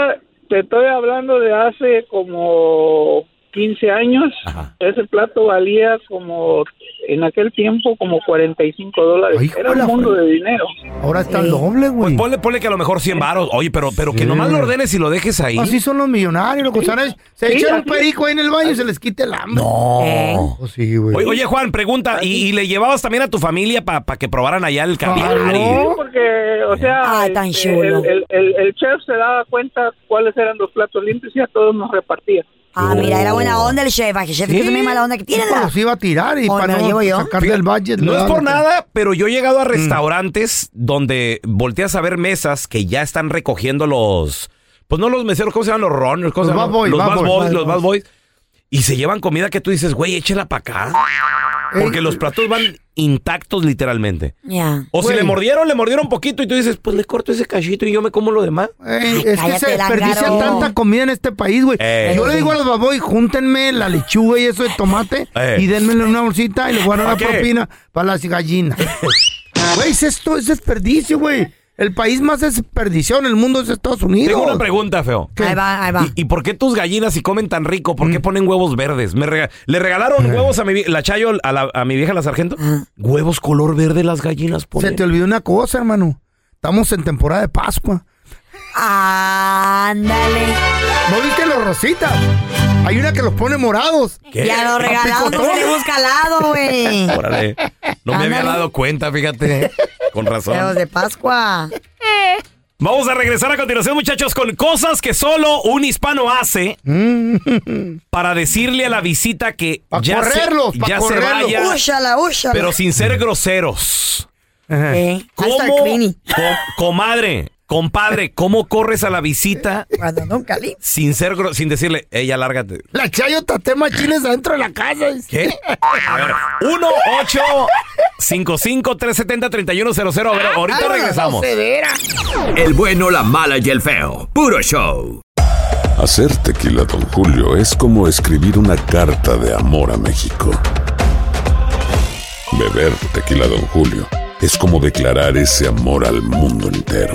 Speaker 12: te estoy hablando de hace como 15 años. Ese plato valía como, en aquel tiempo, como 45 dólares. Era un mundo de dinero.
Speaker 5: Ahora está el doble, güey.
Speaker 7: Pues ponle, ponle que a lo mejor 100 varos. Oye, pero, pero que nomás lo ordenes y lo dejes ahí.
Speaker 5: Así son los millonarios, loco.
Speaker 7: Sí.
Speaker 5: ¿sabes? Se
Speaker 7: Sí,
Speaker 5: echan un
Speaker 7: así
Speaker 5: perico ahí en el baño y se les quita el hambre. Eh.
Speaker 7: No. Oye, oye, Juan, pregunta, ¿y, y le llevabas también a tu familia para que probaran allá el caviar? y-
Speaker 12: Sí, porque, o sea, este,
Speaker 7: chulo.
Speaker 12: el, el- el- el chef se daba cuenta cuáles eran los platos limpios y a todos nos repartía.
Speaker 6: Ah, mira, era buena
Speaker 5: Oh.
Speaker 6: onda el chef. Ay, chef, que tú me mala onda que tienen.
Speaker 5: Los iba a tirar y
Speaker 6: Oh,
Speaker 5: para
Speaker 6: ¿me lo
Speaker 5: no
Speaker 6: llevo yo?
Speaker 5: sacar del budget.
Speaker 7: No es
Speaker 5: ¿verdad,
Speaker 7: por
Speaker 5: loco?
Speaker 7: nada, pero yo he llegado
Speaker 5: Mm.
Speaker 7: a restaurantes donde volteas a ver mesas que ya están recogiendo los. Pues no los meseros, ¿cómo se llaman? Los runners, ¿cómo se
Speaker 5: Los
Speaker 7: llaman?
Speaker 5: bad boys,
Speaker 7: los
Speaker 5: bad
Speaker 7: bad
Speaker 5: boys,
Speaker 7: boys,
Speaker 5: bad
Speaker 7: los bad boys. Y se llevan comida que tú dices, güey, échela para acá.
Speaker 5: Eh,
Speaker 7: Porque los platos van intactos literalmente.
Speaker 6: Ya.
Speaker 7: O si
Speaker 6: Güey.
Speaker 7: le mordieron, le mordieron poquito y tú dices, pues le corto ese cachito y yo me como lo demás.
Speaker 5: Ey, es que se desperdicia tanta comida en este país, güey.
Speaker 7: Eh.
Speaker 5: Yo le digo a los baboy, júntenme la lechuga y eso de tomate
Speaker 7: Eh.
Speaker 5: y denmele una bolsita y les voy a dar una
Speaker 7: ¿Para qué?
Speaker 5: propina para las gallinas. Güey, es esto es desperdicio, güey. El país más desperdiciado en el mundo es Estados Unidos.
Speaker 7: Tengo una pregunta, feo.
Speaker 6: Ahí va, ahí va. Mm.
Speaker 7: ¿Y, y por qué tus gallinas si comen tan rico? ¿Por qué ponen huevos verdes? Me rega- le regalaron huevos a mi vie- la Chayo, a, la- a mi vieja la sargento. Huevos color verde las gallinas ponen.
Speaker 5: Se te olvidó una cosa, hermano. Estamos en temporada de Pascua.
Speaker 6: Ándale.
Speaker 5: ¿No viste los rositas? Hay una que los pone morados.
Speaker 6: Y a los regalados no se le busca al lado, güey.
Speaker 7: Órale. No me había dado cuenta, fíjate. Con
Speaker 6: Los
Speaker 7: razón.
Speaker 6: de Pascua.
Speaker 7: Vamos a regresar a continuación, muchachos, con cosas que solo un hispano hace para decirle a la visita que ya,
Speaker 6: correrlos,
Speaker 7: se,
Speaker 6: pa'
Speaker 7: ya se
Speaker 6: correrlos.
Speaker 7: vaya,
Speaker 6: Úshala, úshala.
Speaker 7: pero sin ser groseros.
Speaker 6: Eh, hasta
Speaker 7: ¿Cómo,
Speaker 6: Clini.
Speaker 7: co- comadre, compadre, cómo corres a la visita
Speaker 6: Cuando nunca limpia.
Speaker 7: sin ser gro- sin decirle, ella lárgate?
Speaker 5: La Chayo taté machines adentro de la casa.
Speaker 7: ¿Qué? A ver, 1 8 55 370 3100 A ver,
Speaker 5: Ah,
Speaker 7: ahorita regresamos.
Speaker 9: El bueno, la mala y el feo. Puro show.
Speaker 16: Hacer tequila, Don Julio, es como escribir una carta de amor a México. Beber tequila, Don Julio, es como declarar ese amor al mundo entero.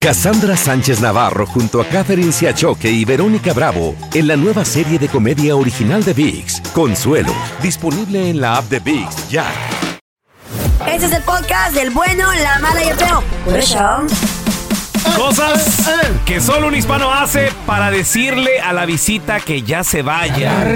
Speaker 17: Cassandra Sánchez Navarro junto a Catherine Siachoque y Verónica Bravo en la nueva serie de comedia original de VIX, Consuelo, disponible en la app de VIX ya.
Speaker 7: Pues
Speaker 6: Este es el podcast del bueno, la mala y el feo. Por eso.
Speaker 7: Cosas
Speaker 5: Eh.
Speaker 7: que solo un hispano hace para decirle a la visita que ya se vaya.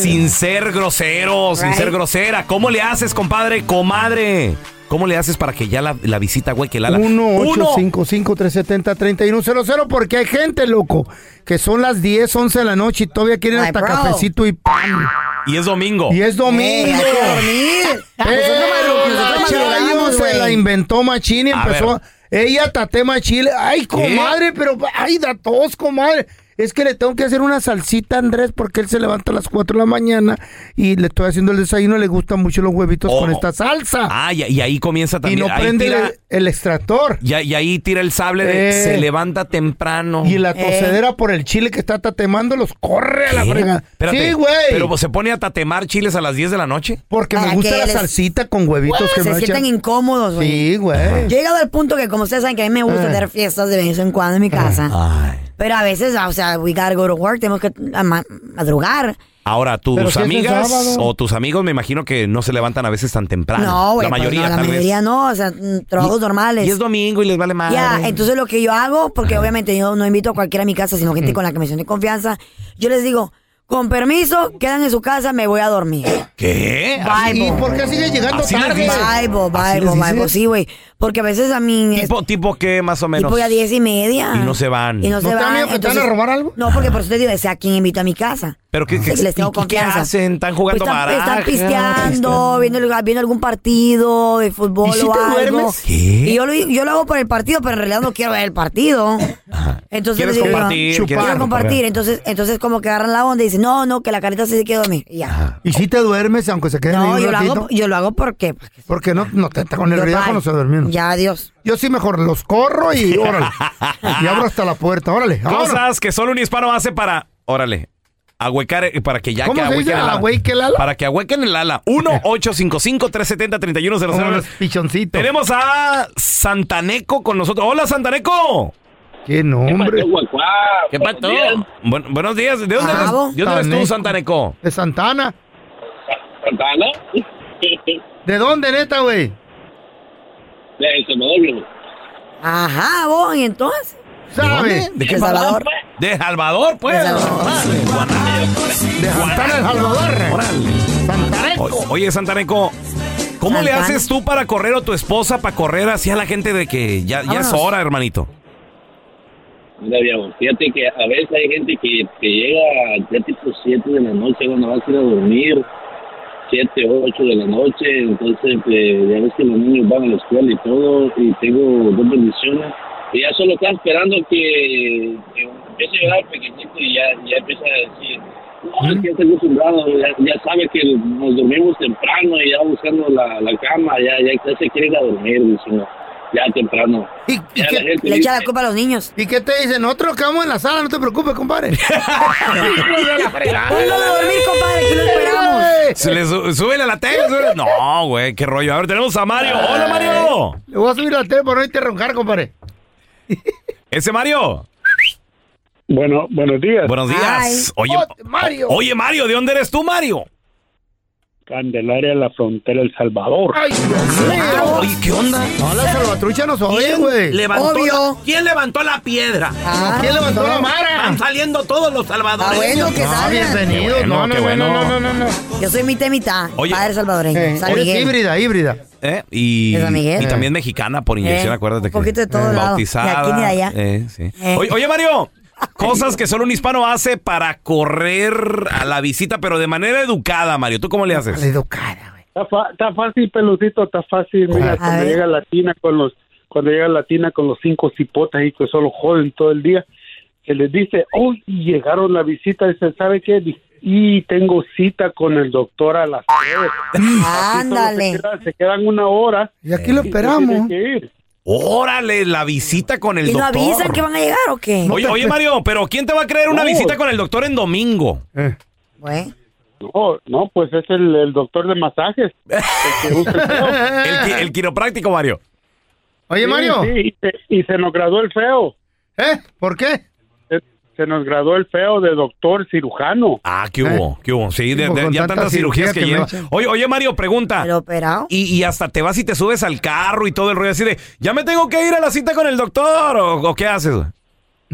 Speaker 7: Sin ser grosero, sin
Speaker 14: Right.
Speaker 7: ser grosera. ¿Cómo le haces, compadre, comadre? ¿Cómo le haces para que ya la, la visita, güey, que la... la-
Speaker 5: 1-855-370-3100 porque hay gente, loco, que son las 10, 11 de la noche y todavía quieren
Speaker 7: Ay,
Speaker 5: hasta
Speaker 7: bro.
Speaker 5: cafecito y pan.
Speaker 7: Y es domingo.
Speaker 5: Y es domingo.
Speaker 7: Eh, hay que dormir.
Speaker 6: Ah, pues
Speaker 5: Pero la Chayo se la inventó Machini,
Speaker 7: A
Speaker 5: empezó.
Speaker 7: ver.
Speaker 5: Ella taté Machile. Ay, comadre, pero ay, da tos, comadre. Es que le tengo que hacer una salsita a Andrés porque él se levanta a las 4 de la mañana y le estoy haciendo el desayuno. Le gustan mucho los huevitos
Speaker 7: Oh.
Speaker 5: con esta salsa.
Speaker 7: Ah, y, y ahí comienza
Speaker 5: Y
Speaker 7: también.
Speaker 5: no
Speaker 7: ahí
Speaker 5: prende
Speaker 7: tira-
Speaker 5: el, el extractor.
Speaker 7: y, y ahí tira el sable de
Speaker 5: Eh.
Speaker 7: se levanta temprano. Eh.
Speaker 5: Y
Speaker 6: Eh.
Speaker 5: la tocedera por el chile que está tatemando los corre a la
Speaker 7: ¿Qué?
Speaker 5: fregada.
Speaker 7: Espérate,
Speaker 5: Sí, güey.
Speaker 7: Pero pues, se pone a tatemar chiles a las 10 de la noche.
Speaker 5: Porque me
Speaker 6: Para
Speaker 5: gusta
Speaker 6: Ah, que
Speaker 5: la
Speaker 6: les-
Speaker 5: salsita con huevitos que
Speaker 6: se
Speaker 5: me
Speaker 6: sienten
Speaker 5: echan.
Speaker 6: incómodos, güey.
Speaker 5: Sí, güey.
Speaker 6: Yo he llegado al punto que, como ustedes saben, que a mí me gusta
Speaker 7: Eh.
Speaker 5: Ah.
Speaker 6: hacer fiestas de vez en cuando en mi casa. Pero a veces, o sea, we gotta go to work, tenemos que ah, ma- madrugar.
Speaker 7: Ahora, tus
Speaker 6: Pero si es de
Speaker 7: amigas
Speaker 6: sábado.
Speaker 7: o tus amigos me imagino que no se levantan a veces tan temprano.
Speaker 6: No, güey.
Speaker 7: La
Speaker 6: pues
Speaker 7: mayoría,
Speaker 6: no, la
Speaker 7: tal vez.
Speaker 6: mayoría no, o sea, mm, trabajos
Speaker 7: Y-
Speaker 6: normales.
Speaker 7: y es domingo y les vale
Speaker 6: Ya,
Speaker 7: madre.
Speaker 6: entonces lo que yo hago, porque obviamente yo no invito a cualquiera a mi casa, sino
Speaker 7: Mm.
Speaker 6: gente con la que me siento en confianza, yo les digo, con permiso, quedan en su casa, me voy a dormir.
Speaker 7: ¿Qué?
Speaker 5: ¿Y por qué sigue llegando
Speaker 7: Así les
Speaker 5: tarde?
Speaker 7: dices.
Speaker 6: Baibo, baibo,
Speaker 7: les
Speaker 6: baibo,
Speaker 7: dices.
Speaker 6: sí, güey. Porque a veces a mí...
Speaker 7: Tipo, tipo que más o menos.
Speaker 6: Tipo ya diez y media.
Speaker 7: Y no se van.
Speaker 6: Y no, se van. entonces- No, porque por eso te digo, o sea, ¿a quién invito a mi casa?
Speaker 7: Pero que,
Speaker 6: Les tengo confianza.
Speaker 7: hacen? Están jugando
Speaker 6: Pues están,
Speaker 7: baraja.
Speaker 6: están pisteando, viendo, el- viendo algún partido de fútbol
Speaker 7: ¿Y si
Speaker 6: o
Speaker 7: te
Speaker 6: algo.
Speaker 7: duermes? ¿Qué?
Speaker 6: Y yo lo, yo lo hago por el partido, pero en realidad no quiero ver el partido. Entonces
Speaker 7: ¿Quieres
Speaker 6: les digo,
Speaker 7: compartir?
Speaker 6: no,
Speaker 7: ¿Quieres
Speaker 6: quiero compartir.
Speaker 7: compartir?
Speaker 6: Entonces, entonces como que agarran la onda y dicen, no, no, que la carita sí se quedó a dormir. Y ya.
Speaker 5: ¿Y si te duermes aunque se queden ahí
Speaker 6: No,
Speaker 5: un
Speaker 6: yo lo, hago,
Speaker 5: ratito?
Speaker 6: yo lo hago porque
Speaker 5: Porque no, no te con el
Speaker 6: Yo,
Speaker 5: ruidajo
Speaker 6: bye.
Speaker 5: no se durmieron.
Speaker 6: Ya, adiós.
Speaker 5: Yo sí mejor los corro y órale. y abro hasta la puerta, órale. vámonos.
Speaker 7: Cosas que solo un hispano hace para. Órale. Ahuecar, eh, para que ya
Speaker 5: ¿Cómo
Speaker 7: que
Speaker 5: se
Speaker 7: ahuequen
Speaker 5: dice?
Speaker 7: el ala.
Speaker 5: ¿Ahueque el ala?
Speaker 7: Para que ahuequen el ala. 1-855-370-3100.
Speaker 5: Como los pichoncitos.
Speaker 7: Tenemos a Santaneco con nosotros. Hola, Santaneco.
Speaker 5: Qué nombre.
Speaker 7: ¿Qué pato? Buen- buenos días. ¿De dónde, eres,
Speaker 5: Bravo.
Speaker 7: de dónde eres tú,
Speaker 5: Ah, Santaneco.
Speaker 7: Santaneco?
Speaker 5: De Santana.
Speaker 15: ¿Santana?
Speaker 5: ¿De dónde, neta, güey?
Speaker 15: De El Salvador, viejo.
Speaker 6: Ajá, vos, y Ah, entonces.
Speaker 5: ¿Sabe?
Speaker 6: ¿De qué Salvador?
Speaker 7: De Salvador, pues. Órale, Guanabara.
Speaker 5: De Santana, El Salvador.
Speaker 7: Órale. O- Oye, Santaneco, ¿cómo le
Speaker 15: Santana.
Speaker 7: haces tú para correr o tu esposa para correr así a la gente de que ya, ya es
Speaker 15: Vámonos.
Speaker 7: hora, hermanito?
Speaker 15: Mira, viejo, fíjate que a veces hay gente que, que llega ya tipo 7 de la noche cuando vas a ir a dormir, 7, 8 de la noche, entonces pues, ya ves que los niños van a la escuela y todo, y tengo dos bendiciones, y ya solo está esperando que, que empiece a llegar pequeñito y ya, ya empieza a decir, no, es que ya está acostumbrado, ya, ya sabe que nos dormimos temprano y ya buscando la, la cama, ya, ya, ya se quiere ir a dormir, dice, "No, ya temprano. Ya la gente
Speaker 6: Le
Speaker 15: dice-
Speaker 6: echa la culpa a los niños.
Speaker 5: ¿Y qué te dicen? Nosotros quedamos en la sala, no te preocupes, compadre.
Speaker 6: Póngalo a dormir, compadre, que lo esperamos.
Speaker 7: Se le su- súbele a la tele. súbele- No, güey, qué rollo. A ver, tenemos a Mario. Hola, Mario.
Speaker 5: Le voy a subir la tele para no irte a roncar, compadre.
Speaker 7: Ese Mario.
Speaker 18: Bueno, buenos días.
Speaker 7: Buenos días. Oye,
Speaker 5: Oh, Mario.
Speaker 7: oye, Mario, ¿de dónde eres tú, Mario?
Speaker 18: Candelaria, la frontera, El Salvador.
Speaker 5: Ay, Dios mío.
Speaker 7: Oye, ¿qué onda?
Speaker 5: No, la salvatrucha nos oye, güey.
Speaker 7: la- ¿Quién levantó la piedra?
Speaker 5: ¿Quién levantó la mara?
Speaker 7: Están saliendo todos los salvadores.
Speaker 6: Ah, bueno, que salgan.
Speaker 5: Bienvenido.
Speaker 7: Qué bueno,
Speaker 5: no, no,
Speaker 7: qué
Speaker 5: no,
Speaker 7: bueno.
Speaker 5: no, no, no, no.
Speaker 6: Yo soy mitad y mitad.
Speaker 7: Oye.
Speaker 6: Padre salvadoreño.
Speaker 5: Eh,
Speaker 6: San
Speaker 5: eres
Speaker 6: Miguel.
Speaker 5: híbrida, híbrida.
Speaker 7: Eh, y,
Speaker 6: De San Miguel.
Speaker 7: y también mexicana por inyección,
Speaker 6: Eh,
Speaker 7: acuérdate
Speaker 6: un poquito de
Speaker 7: que
Speaker 6: todo lado,
Speaker 7: bautizada.
Speaker 6: de aquí ni de allá.
Speaker 7: Eh, sí.
Speaker 6: Eh.
Speaker 7: Oye, oye, Mario, cosas que solo un hispano hace para correr a la visita, pero de manera educada, Mario. ¿Tú cómo le haces?
Speaker 18: Está, fa- está fácil, pelucito, está fácil. Mira,
Speaker 7: A
Speaker 18: cuando
Speaker 7: ver.
Speaker 18: llega la tina con los, cuando llega la tina con los cinco cipotas y que solo joden todo el día, se les dice, hoy llegaron la visita, dice, ¿sabe qué? Di- Y tengo cita con el doctor a las tres.
Speaker 6: Ándale.
Speaker 18: Se quedan, se quedan una hora.
Speaker 5: Y aquí lo
Speaker 18: esperamos.
Speaker 7: Órale, la visita con el
Speaker 6: ¿Y no
Speaker 7: doctor.
Speaker 6: avisan que van a llegar o qué?
Speaker 7: Oye, oye, Mario, pero ¿quién te va a creer una
Speaker 18: No.
Speaker 7: visita con el doctor en domingo?
Speaker 5: Eh.
Speaker 6: Güey.
Speaker 18: No, no, pues es el, el doctor de masajes. El que usa el feo.
Speaker 7: El, qui- el quiropráctico, Mario.
Speaker 5: Oye,
Speaker 18: Sí,
Speaker 5: Mario.
Speaker 18: sí, y, se, y se nos graduó el feo.
Speaker 5: ¿Eh? ¿Por qué?
Speaker 18: Se,
Speaker 12: se nos graduó el feo de doctor cirujano.
Speaker 7: Ah,
Speaker 6: Eh.
Speaker 7: ¿qué
Speaker 5: ¿Eh?
Speaker 7: hubo? ¿Qué hubo? Sí, de-
Speaker 6: pues,
Speaker 12: Con
Speaker 7: de- ya
Speaker 12: tanta
Speaker 7: tantas cirugías que,
Speaker 12: cirugía
Speaker 7: lleva.
Speaker 12: que me-
Speaker 7: Oye, oye, Mario, pregunta. Y, y hasta te vas y te subes al carro y todo el rollo así de, ya me tengo que ir a la cita con el doctor, ¿o, o qué haces? güey?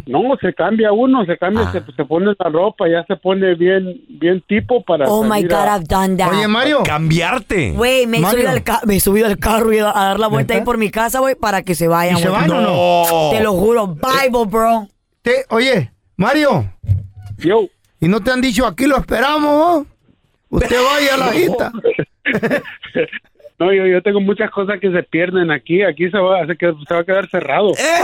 Speaker 12: No, se cambia uno, se
Speaker 7: Ah.
Speaker 12: cambia, se, se pone la ropa, ya se pone bien, bien tipo para.
Speaker 6: Oh my
Speaker 12: salir
Speaker 6: God,
Speaker 12: a-
Speaker 6: I've done that. Oye, Mario.
Speaker 7: Cambiarte.
Speaker 6: Güey, me, he subido al ca- me he subido al carro y a, a dar la vuelta ahí por mi casa, güey, para que se vayan,
Speaker 5: ¿Y se
Speaker 6: güey.
Speaker 5: van o no?
Speaker 6: Te lo juro, Bible, bro.
Speaker 5: Te- oye, Mario.
Speaker 12: Yo.
Speaker 5: Y no te han dicho, aquí lo esperamos. ¿oh? Usted vaya a la cita.
Speaker 12: No, yo, yo tengo muchas cosas que se pierden aquí. Aquí se va, se queda- se va a quedar cerrado.
Speaker 14: ¡Eh!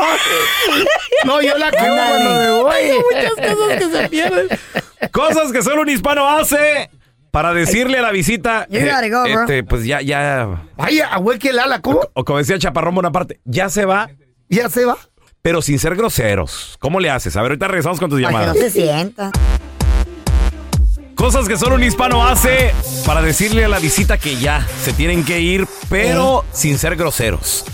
Speaker 5: No, yo la creo cuando me voy.
Speaker 7: muchas cosas que se pierden. Cosas que solo un hispano hace para decirle a la visita.
Speaker 5: You gotta go, bro.
Speaker 7: este, pues ya, ya.
Speaker 5: Vaya, güey, que lala, ¿cómo?
Speaker 7: O como decía Chaparrón Bonaparte, ya se va.
Speaker 5: Ya se va.
Speaker 7: Pero sin ser groseros. ¿Cómo le haces? A ver, ahorita regresamos con tus
Speaker 6: Para que no
Speaker 7: llamadas.
Speaker 6: se sienta.
Speaker 7: Cosas que solo un hispano hace para decirle a la visita que ya se tienen que ir, pero
Speaker 5: Eh.
Speaker 7: sin ser groseros.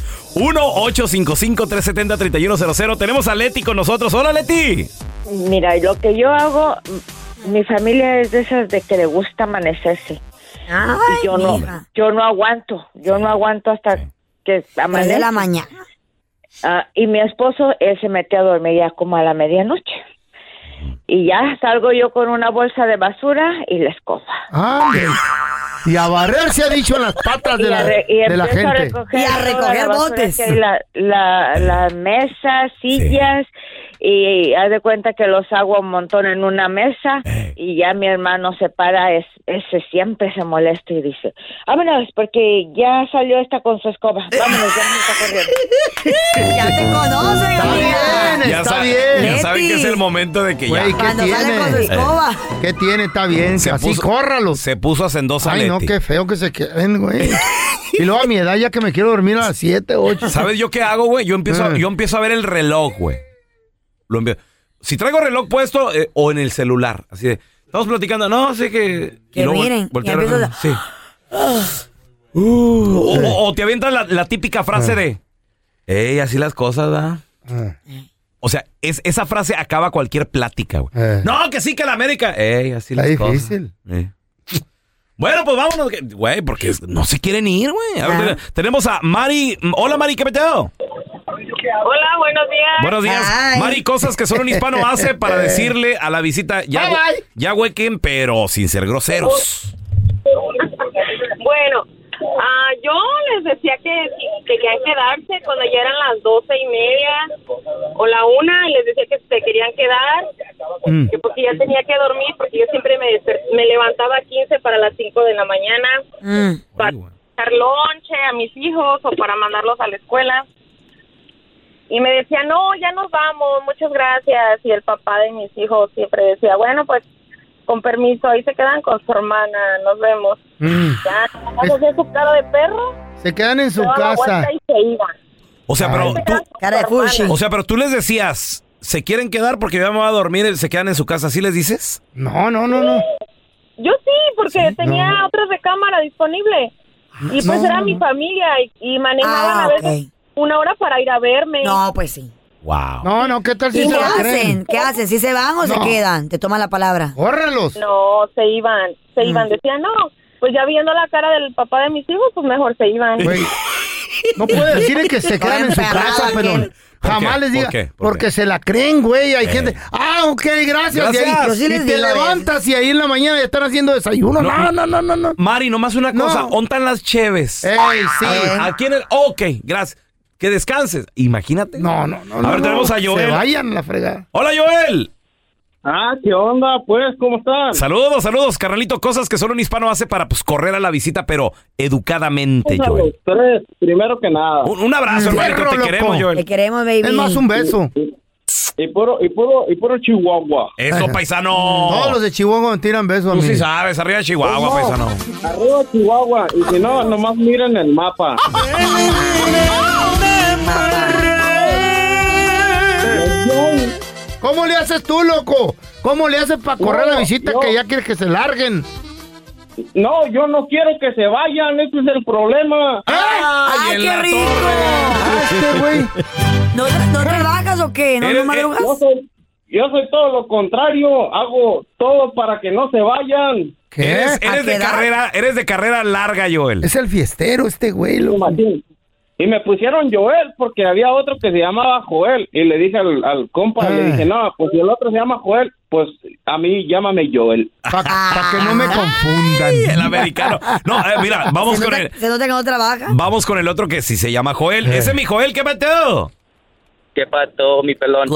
Speaker 7: 1-855-370-3100. Tenemos a Leti con nosotros. Hola, Leti.
Speaker 19: Mira, y lo que yo hago, m- mi familia es de esas de que le gusta amanecerse. y yo no, yo no aguanto, yo no aguanto hasta que
Speaker 6: Tres
Speaker 19: amanece.
Speaker 6: de la mañana.
Speaker 19: Ah, y mi esposo, él se mete a dormir ya como a la medianoche. Y ya salgo yo con una bolsa de basura y la escoba.
Speaker 5: Ándale. Y a barrer se ha dicho en las patas de,
Speaker 19: Y a
Speaker 5: la,
Speaker 19: re- y
Speaker 5: de la
Speaker 19: empiezo a
Speaker 5: gente.
Speaker 19: recoger toda la basura que hay, la- la- Las mesas, sillas, y haz de cuenta que los hago un montón en una mesa,
Speaker 5: Eh.
Speaker 19: y ya mi hermano se para, es, ese siempre se molesta y dice, vámonos, porque ya salió esta con su escoba, vámonos, ya me está corriendo.
Speaker 6: ya te conocen, amiga.
Speaker 7: ya sa- Ya saben que es el momento de que
Speaker 5: Güey,
Speaker 7: ya.
Speaker 5: ¿qué tiene?
Speaker 7: Eh,
Speaker 5: ¿Qué tiene? Está bien, que así
Speaker 7: puso-
Speaker 5: córralo.
Speaker 7: Se puso hacendosa
Speaker 5: Ay,
Speaker 7: Leti.
Speaker 5: no, qué feo que se queden, güey. Y luego a mi edad ya que me quiero dormir a las 7, 8.
Speaker 7: ¿Sabes yo qué hago, güey? Yo empiezo,
Speaker 5: Eh.
Speaker 7: yo empiezo a ver el reloj, güey. Lo empie- Si traigo reloj puesto eh, o en el celular, así de, estamos platicando, no, sé que... y
Speaker 6: Que
Speaker 7: luego
Speaker 6: miren,
Speaker 7: volteo
Speaker 6: y
Speaker 7: a ver-
Speaker 6: empiezas a-
Speaker 7: sí. O,
Speaker 5: Uh.
Speaker 7: o- o te avientas la, la típica
Speaker 5: Eh.
Speaker 7: frase de, ey, así las cosas, ¿da? O sea, es, esa frase acaba cualquier plática, güey. No, que sí, que la América. Ey, así las
Speaker 5: Eh. Está
Speaker 7: cosas.
Speaker 5: difícil.
Speaker 7: Eh. Bueno, pues vámonos, que- güey, porque no se quieren ir, güey. A ver,
Speaker 5: Ah.
Speaker 7: ten- tenemos a Mari. Hola, Mari, ¿qué peteo?
Speaker 20: Hola, buenos días.
Speaker 7: Buenos días. Mari, cosas que solo un hispano hace para decirle a la visita, ya,
Speaker 20: Bye,
Speaker 7: hue- ya huequen, pero sin ser groseros.
Speaker 20: Bueno, ah, yo les decía que si querían quedarse cuando ya eran las doce y media o la una, les decía que se querían quedar,
Speaker 18: Mm.
Speaker 20: que porque ya tenía que dormir, porque yo siempre me, desper- me levantaba a 15 para las 5 de la mañana
Speaker 19: Mm.
Speaker 20: para dar lonche a mis hijos o para mandarlos a la escuela. Y me decía, no, ya nos vamos, muchas gracias. Y el papá de mis hijos siempre decía, bueno, pues con permiso, ahí se quedan con su hermana, nos vemos.
Speaker 5: Mm.
Speaker 20: Ya, vamos a su cara de perro.
Speaker 5: Se quedan en su
Speaker 20: daba la
Speaker 5: casa.
Speaker 20: vuelta Y se iban.
Speaker 7: O sea, pero tú,
Speaker 6: Cara de fuchi.
Speaker 7: o sea, pero tú les decías, se quieren quedar porque ya me voy a dormir, se quedan en su casa, ¿sí les dices?
Speaker 5: No, no, no, no.
Speaker 20: Yo sí, porque tenía otras de cámara disponible.
Speaker 5: Ah,
Speaker 20: Y pues
Speaker 6: No,
Speaker 20: era
Speaker 6: no,
Speaker 20: mi familia y, y manejaban
Speaker 6: Ah,
Speaker 20: a veces
Speaker 6: ok.
Speaker 20: una hora para ir a verme.
Speaker 6: No, pues sí.
Speaker 7: Wow.
Speaker 5: No, no, ¿qué tal si
Speaker 6: ¿Y
Speaker 5: se
Speaker 6: qué
Speaker 5: la
Speaker 6: hacen?
Speaker 5: creen?
Speaker 6: ¿Qué hacen? ¿Si se van o se
Speaker 5: No.
Speaker 6: quedan? Te toman la palabra.
Speaker 5: ¡Córralos! Mm.
Speaker 20: No, se iban, se iban. Decían, no, pues ya viendo la cara del papá de mis hijos, pues mejor se iban.
Speaker 5: No puede decirle que se
Speaker 20: Todo
Speaker 5: quedan en su
Speaker 20: emperrado
Speaker 5: casa,
Speaker 20: aquel.
Speaker 5: pero
Speaker 7: ¿Por
Speaker 5: jamás
Speaker 7: qué?
Speaker 5: les diga.
Speaker 7: ¿Por qué? ¿Por
Speaker 5: porque se la creen, güey. Hay
Speaker 7: Eh.
Speaker 5: gente. Ah, ok, gracias.
Speaker 7: Gracias.
Speaker 5: Y, ahí-
Speaker 7: Yo sí
Speaker 5: y
Speaker 7: les
Speaker 5: te
Speaker 7: digo, eh.
Speaker 5: levantas y ahí en la mañana ya están haciendo desayuno. No, no, no, no. no.
Speaker 7: Mari, nomás una
Speaker 5: No.
Speaker 7: cosa, ontan las cheves.
Speaker 5: Ey, sí.
Speaker 7: Aquí en el, ok, gracias. Que descanses. Imagínate.
Speaker 5: No, no, no.
Speaker 7: A ver,
Speaker 5: no,
Speaker 7: tenemos a
Speaker 5: que
Speaker 7: Joel.
Speaker 5: Se vayan a la fregada.
Speaker 7: Hola, Joel.
Speaker 12: Ah, ¿qué onda? Pues, ¿cómo estás?
Speaker 7: Saludos, saludos, carnalito. Cosas que solo un hispano hace para pues, correr a la visita, pero educadamente,
Speaker 12: Saludos a
Speaker 7: Joel.
Speaker 12: los tres, primero que nada.
Speaker 7: Un, un abrazo, hermanito. Te queremos, Joel.
Speaker 6: Te queremos, baby.
Speaker 12: Y, y- y puro, y puro, y puro Chihuahua.
Speaker 7: Eso, paisano.
Speaker 5: Mm, Todos los de Chihuahua me tiran besos Pues a
Speaker 7: Tú
Speaker 5: mí.
Speaker 7: sí sabes, arriba de Chihuahua,
Speaker 12: ¿Cómo?
Speaker 7: paisano.
Speaker 12: Arriba Chihuahua. Y si no, nomás miren el mapa.
Speaker 5: ¿Cómo le haces tú, loco? ¿Cómo le haces para correr a la visita
Speaker 12: no.
Speaker 5: que ya quieres que se larguen?
Speaker 12: No, yo no quiero que se vayan. Ese es el problema.
Speaker 6: ¡Ay, qué rico! Ah,
Speaker 5: Este güey.
Speaker 6: ¿No, tra- no trabajas o qué? ¿No, no
Speaker 12: Eres-
Speaker 5: eh,
Speaker 6: madrugas?
Speaker 12: Yo soy, Yo soy todo lo contrario, hago todo para que no se vayan.
Speaker 5: ¿Qué?
Speaker 7: Eres, eres de carrera, eres de carrera larga, Joel.
Speaker 5: Es el fiestero este güey, loco.
Speaker 12: Y me pusieron Joel porque había otro que se llamaba Joel. Y le dije al, al compa,
Speaker 5: Ah.
Speaker 12: le dije, no, pues si el otro se llama Joel, pues a mí llámame Joel.
Speaker 5: Para que no me confundan.
Speaker 7: El americano. No, eh, mira, vamos
Speaker 6: se
Speaker 7: con
Speaker 6: nota,
Speaker 7: el,
Speaker 6: se nota que no trabaja.
Speaker 7: vamos con el otro que sí se llama Joel.
Speaker 5: Eh.
Speaker 7: Ese es mi Joel, ¿qué mateo?
Speaker 12: ¿Qué pato, mi pelón?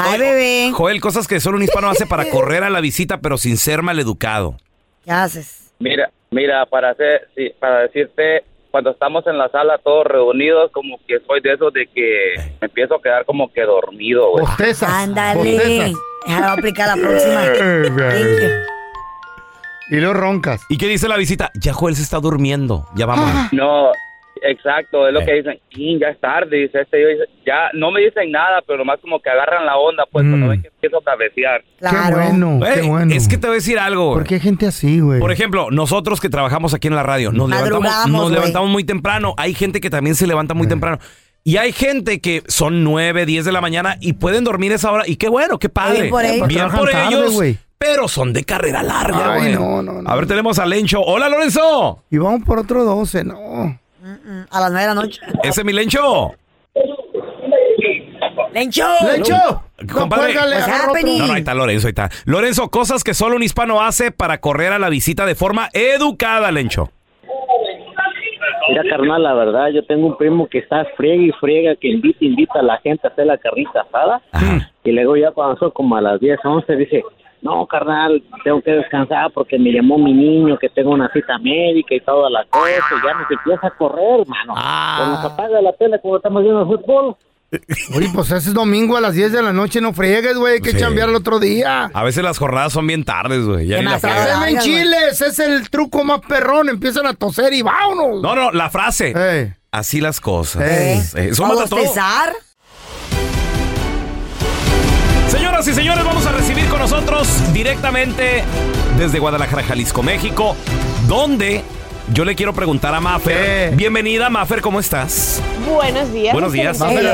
Speaker 6: Ay, bebé.
Speaker 7: Joel, cosas que solo un hispano hace para correr a la visita, pero sin ser maleducado.
Speaker 6: ¿Qué haces?
Speaker 12: Mira, mira, para hacer, sí, para decirte, cuando estamos en la sala todos reunidos, como que soy de esos de que me empiezo a quedar como que dormido, güey.
Speaker 6: Ándale. Ya va a aplicar la próxima.
Speaker 5: Eh, Y lo roncas. Ah.
Speaker 7: ¿Y qué dice la visita? Ya Joel se está durmiendo. Ya vamos.
Speaker 12: No, exacto, es lo que dicen. "Chin, Ya es tarde, dice este. Yo dice, ya no me dicen nada, pero nomás como que agarran la onda, pues
Speaker 5: Mm.
Speaker 12: cuando ven que empiezo a cabecear.
Speaker 5: Qué bueno,
Speaker 7: Ey,
Speaker 5: qué bueno.
Speaker 7: Es que te voy a decir algo. güey.
Speaker 5: ¿Por qué hay gente así, güey?
Speaker 7: Por ejemplo, nosotros que trabajamos aquí en la radio, nos levantamos,
Speaker 5: Madrugamos,
Speaker 7: nos
Speaker 5: güey.
Speaker 7: levantamos muy temprano. Hay gente que también se levanta
Speaker 5: Eh.
Speaker 7: muy temprano. Y hay gente que son 9, 10 de la mañana y pueden dormir esa hora. Y qué bueno, qué padre.
Speaker 5: Bien por ellos.
Speaker 7: Bien
Speaker 5: Trabajan
Speaker 7: por
Speaker 5: tarde,
Speaker 7: ellos,
Speaker 5: güey.
Speaker 7: pero son de carrera larga,
Speaker 5: Ay,
Speaker 7: güey.
Speaker 5: no,
Speaker 7: A ver, tenemos a Lencho. ¡Hola, Lorenzo!
Speaker 5: Y vamos por otro 12, no.
Speaker 6: Mm, A las nueve de la noche.
Speaker 7: ¿Ese es mi Lencho?
Speaker 6: ¡Lencho!
Speaker 5: ¡Lencho!
Speaker 7: Compadre.
Speaker 5: cuélgale,
Speaker 7: No,
Speaker 5: agarra otro.
Speaker 7: no, ahí está Lorenzo, ahí está. Lorenzo, cosas que solo un hispano hace para correr a la visita de forma educada, Lencho.
Speaker 15: Mira, carnal, la verdad, yo tengo un primo que está friega y friega, que invita, invita a la gente a hacer la carnita asada. Y luego ya cuando son como a las 10, 11, dice, no, carnal, tengo que descansar porque me llamó mi niño, que tengo una cita médica y toda la cosa. Y ya nos empieza a correr, hermano. Cuando se apaga la tele, como Pues, estamos viendo el fútbol.
Speaker 5: Oye, pues ese es domingo a las 10 de la noche, no friegues, güey, hay que
Speaker 7: Sí.
Speaker 5: chambear el otro día.
Speaker 7: A veces las jornadas son bien tardes, güey. ya ni la frase.
Speaker 5: Haceme en chiles, es el truco más perrón, empiezan a toser y vámonos.
Speaker 7: No, no, la frase. Así las cosas. Eh, eso mata todo.
Speaker 6: bostezar?
Speaker 7: Señoras y señores, vamos a recibir con nosotros directamente desde Guadalajara, Jalisco, México, donde yo le quiero preguntar a Mafer. Bienvenida, Mafer, ¿cómo estás?
Speaker 1: Buenos días.
Speaker 7: Buenos días.
Speaker 1: excelente.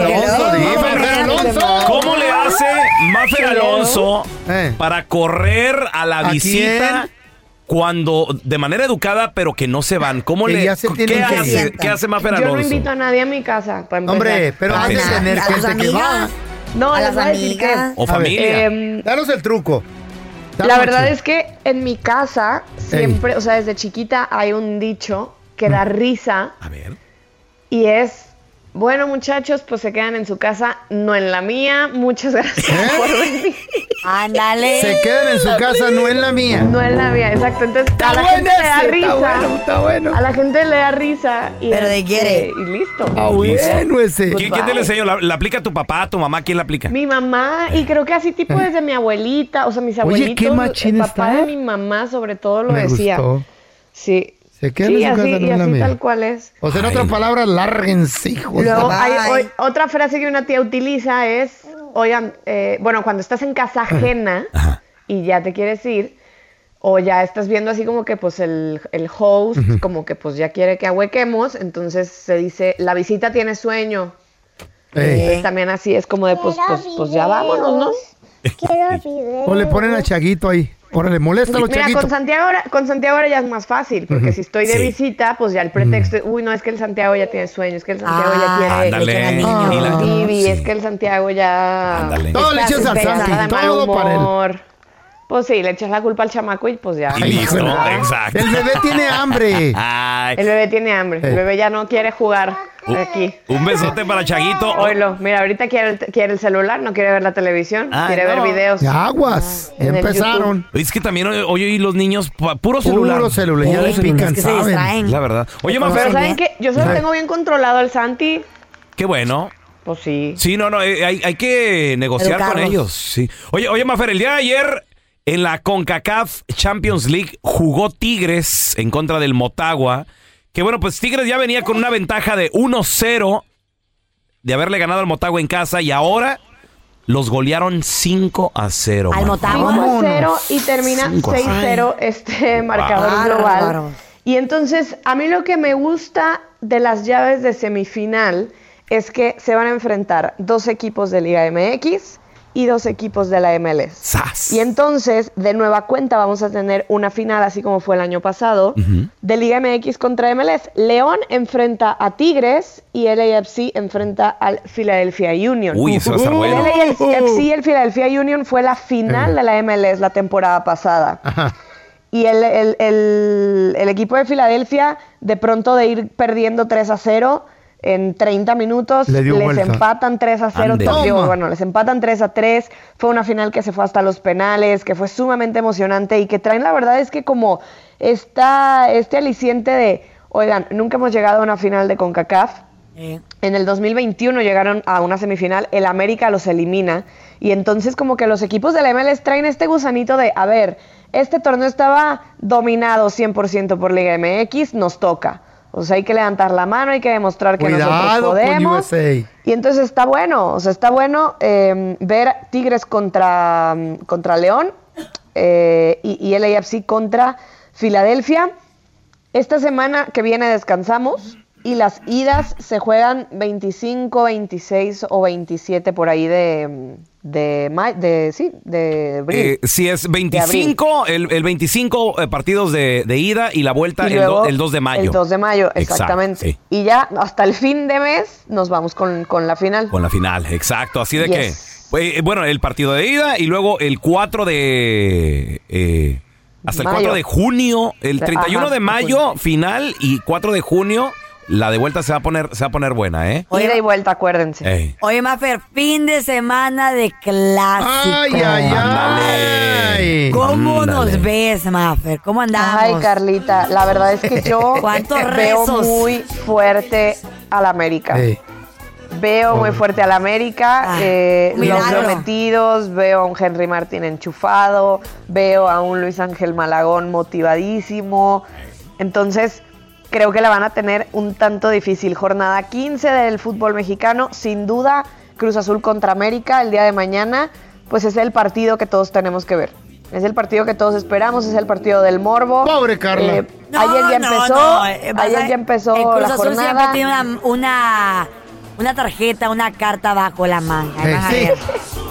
Speaker 7: ¿Cómo le hace Mafer Alonso para correr a la
Speaker 5: Eh. ¿A
Speaker 7: visita cuando de manera educada, pero que no se van? ¿Cómo
Speaker 5: Que
Speaker 7: le
Speaker 5: ya se
Speaker 7: ¿qué,
Speaker 5: tienen que
Speaker 7: hace,
Speaker 5: ir.
Speaker 7: ¿Qué hace Mafer
Speaker 1: Yo no
Speaker 7: Alonso? Ah,
Speaker 1: invito a nadie a mi casa. para empezar.
Speaker 5: Hombre, pero
Speaker 1: Para
Speaker 5: has de
Speaker 1: empezar.
Speaker 5: tener
Speaker 1: A las
Speaker 5: gente que va.
Speaker 1: amigas. No,
Speaker 5: A
Speaker 1: les
Speaker 5: las
Speaker 1: voy a decir que.
Speaker 5: amigas. O familia.
Speaker 1: Em,
Speaker 5: eh, Danos el truco.
Speaker 1: la verdad es que en mi casa siempre,
Speaker 5: Ey. Mm.
Speaker 1: o sea, desde chiquita hay un dicho que da risa. A ver. Y es. Bueno, muchachos, pues se quedan en su casa, no en la mía. Muchas gracias por venir.
Speaker 6: Ándale.
Speaker 5: ¿Eh? Se quedan en su casa, no en la mía.
Speaker 1: No en la mía, exacto. Entonces,
Speaker 5: Está
Speaker 1: a la
Speaker 5: bueno
Speaker 1: gente le da
Speaker 5: ese,
Speaker 1: risa.
Speaker 5: está bueno, está bueno.
Speaker 1: A la gente le da risa. Y
Speaker 6: Pero
Speaker 1: este,
Speaker 6: de quiere.
Speaker 1: Y listo.
Speaker 5: bueno ese.
Speaker 7: Ah, pues. ¿Quién, quién te lo enseñó? ¿La, la aplica tu papá, tu mamá? ¿Quién la aplica?
Speaker 1: Mi mamá, y creo que así tipo desde mi abuelita, o sea, mis abuelitos,
Speaker 5: Eh. Oye, qué machín
Speaker 1: el papá
Speaker 5: está.
Speaker 1: de mi mamá sobre todo lo
Speaker 5: Me
Speaker 1: decía.
Speaker 5: gustó.
Speaker 1: Sí.
Speaker 5: Se quedan
Speaker 1: Sí,
Speaker 5: en su
Speaker 1: así,
Speaker 5: casa, no
Speaker 1: y
Speaker 5: en la
Speaker 1: así
Speaker 5: mía.
Speaker 1: tal cual es.
Speaker 5: O sea, en otras palabras, lárguense, hijos.
Speaker 1: Luego
Speaker 5: de-
Speaker 1: hay hoy- otra frase que una tía utiliza es, oigan, eh, bueno, cuando estás en casa ajena y ya te quieres ir, o ya estás viendo así como que pues el, el host,
Speaker 20: Ujú.
Speaker 1: como que pues ya quiere que ahuequemos, entonces se dice, la visita tiene sueño.
Speaker 5: Ey.
Speaker 1: Entonces también así es como de pues, pues, pues ya vámonos, ¿no?
Speaker 5: O le ponen a Chaguito ahí. Órale, moléstalo,
Speaker 1: Mira,
Speaker 5: Chaguito.
Speaker 1: con Santiago, ahora, con Santiago ahora ya es más fácil, porque
Speaker 5: Ujú.
Speaker 1: si estoy de
Speaker 5: Sí.
Speaker 1: visita, pues ya el pretexto, es, uy, no, es que el Santiago ya tiene sueños, es que el Santiago
Speaker 7: Ah,
Speaker 1: ya
Speaker 7: ándale,
Speaker 1: tiene...
Speaker 7: y la-
Speaker 1: Ah, Bibi, es que el Santiago ya...
Speaker 7: Ándale.
Speaker 1: está
Speaker 5: Todo le echas al
Speaker 1: desesperada,
Speaker 5: Santi,
Speaker 1: de mal
Speaker 5: todo para él.
Speaker 1: humor. Pues sí, le echas la culpa al chamaco y pues ya...
Speaker 7: Y listo, exacto.
Speaker 5: El bebé tiene hambre.
Speaker 7: Ay.
Speaker 1: El bebé tiene hambre,
Speaker 5: Eh.
Speaker 1: el bebé ya no quiere jugar
Speaker 7: Uh,
Speaker 1: aquí.
Speaker 7: Un besote para Chaguito.
Speaker 1: Oilo, mira, ahorita quiere el, quiere el celular, no quiere ver la televisión,
Speaker 7: Ay,
Speaker 1: quiere
Speaker 7: Ah, no.
Speaker 1: ver videos.
Speaker 5: Ya aguas.
Speaker 1: en el
Speaker 5: Empezaron.
Speaker 7: Es que también hoy, hoy los niños, pa- puro celular.
Speaker 5: Puro celular, ya le pican, ¿saben?
Speaker 7: La verdad. Oye,
Speaker 1: Pero ¿saben
Speaker 7: Mafer,
Speaker 1: qué? Yo solo tengo bien controlado al Santi.
Speaker 7: qué bueno.
Speaker 1: Pues sí.
Speaker 7: Sí, no, no, eh, hay, hay que negociar con
Speaker 1: Educarlos.
Speaker 7: ellos. Sí. Oye, oye, Mafer, el día de ayer en la CONCACAF Champions League jugó Tigres en contra del Motagua. Que bueno, pues Tigres ya venía con una ventaja de 1-0 de haberle ganado al Motagua en casa y ahora los golearon 5 a 0.
Speaker 6: Al Motagua.
Speaker 1: 5-0 y termina
Speaker 7: Cinco a cero.
Speaker 1: 6-0 este marcador
Speaker 6: Bárbaro.
Speaker 1: global. Y entonces, a mí lo que me gusta de las llaves de semifinal es que se van a enfrentar dos equipos de Liga MX y dos equipos de la MLS.
Speaker 4: ¡Sas!
Speaker 1: Y entonces, de nueva cuenta, vamos a tener una final, así como fue el año pasado,
Speaker 4: Ujú.
Speaker 1: de Liga MX contra MLS. León enfrenta a Tigres y el AFC enfrenta al Philadelphia Union.
Speaker 4: Uy, eso va a estar bueno.
Speaker 1: El AFC y el Philadelphia Union fue la final de la MLS la temporada pasada. Y el, el- el- el equipo de Filadelfia, de pronto de ir perdiendo 3 a 0 en 30 minutos,
Speaker 4: Le dio
Speaker 1: les
Speaker 4: vuelta.
Speaker 1: empatan 3 a 0.
Speaker 4: Ándele.
Speaker 1: Digo,
Speaker 4: Toma.
Speaker 1: bueno, les empatan 3 a 3. Fue una final que se fue hasta los penales, que fue sumamente emocionante y que traen, la verdad es que como está este aliciente de, oigan, nunca hemos llegado a una final de CONCACAF. En el 2021 llegaron a una semifinal, el América los elimina y entonces como que los equipos de la MLS traen este gusanito de, a ver, este torneo estaba dominado 100% por Liga MX, nos toca. O sea, hay que levantar la mano, hay que demostrar que nosotros
Speaker 5: Cuidado con
Speaker 1: podemos.
Speaker 5: USA.
Speaker 1: Y entonces está bueno, o sea, está bueno eh, ver Tigres contra, mm, contra León eh, y, y LAFC contra Filadelfia. Esta semana que viene descansamos y las idas se juegan 25, 26 o 27 por ahí de, mm, de, ma- de- sí, de abril.
Speaker 4: Eh, si es
Speaker 1: abril.
Speaker 4: 25, el, el 25 eh, partidos de, de ida y la vuelta
Speaker 1: Y
Speaker 4: el, do-
Speaker 1: luego
Speaker 4: el 2 de mayo.
Speaker 1: El 2 de mayo,
Speaker 4: Exacto,
Speaker 1: exactamente.
Speaker 4: sí.
Speaker 1: Y ya hasta el fin de mes nos vamos con, con la final.
Speaker 4: Con la final, exacto. Así de
Speaker 1: Yes.
Speaker 4: que, eh, bueno, el partido de ida y luego el 4 de... eh, hasta el
Speaker 1: Mayo.
Speaker 4: 4 de junio, el
Speaker 1: Ajá,
Speaker 4: 31 de
Speaker 1: de
Speaker 4: mayo
Speaker 1: junio.
Speaker 4: final y 4 de junio la de vuelta se va a poner, se va a poner buena, ¿eh?
Speaker 1: Ida y vuelta, acuérdense.
Speaker 4: Ey.
Speaker 6: Oye, Mafer, fin de semana de clásico. Ay, ay, ay. ¿Cómo nos ves, Mafer? ¿Cómo andamos?
Speaker 1: Ay, Carlita, la verdad es que yo
Speaker 6: ¿Cuántos
Speaker 1: veo
Speaker 6: rezos?
Speaker 1: muy fuerte al América.
Speaker 5: Ey.
Speaker 1: Veo muy fuerte al América, eh,
Speaker 6: un
Speaker 1: los
Speaker 6: Ah, milagro.
Speaker 1: prometidos, veo a un Henry Martín enchufado, veo a un Luis Ángel Malagón motivadísimo. Entonces, creo que la van a tener un tanto difícil. Jornada 15 del fútbol mexicano, sin duda, Cruz Azul contra América el día de mañana, pues es el partido que todos tenemos que ver. Es el partido que todos esperamos, es el partido del morbo. Pobre
Speaker 5: Carla.
Speaker 6: No,
Speaker 1: ayer ya
Speaker 6: no,
Speaker 1: empezó,
Speaker 6: no, eh, vas
Speaker 1: ayer
Speaker 6: a-
Speaker 1: ya empezó
Speaker 6: el Cruz
Speaker 1: la
Speaker 6: Azul siempre
Speaker 1: jornada.
Speaker 6: tiene una, una, una tarjeta, una carta bajo la manga.
Speaker 4: Eh,
Speaker 6: Van a
Speaker 4: sí.
Speaker 6: ver.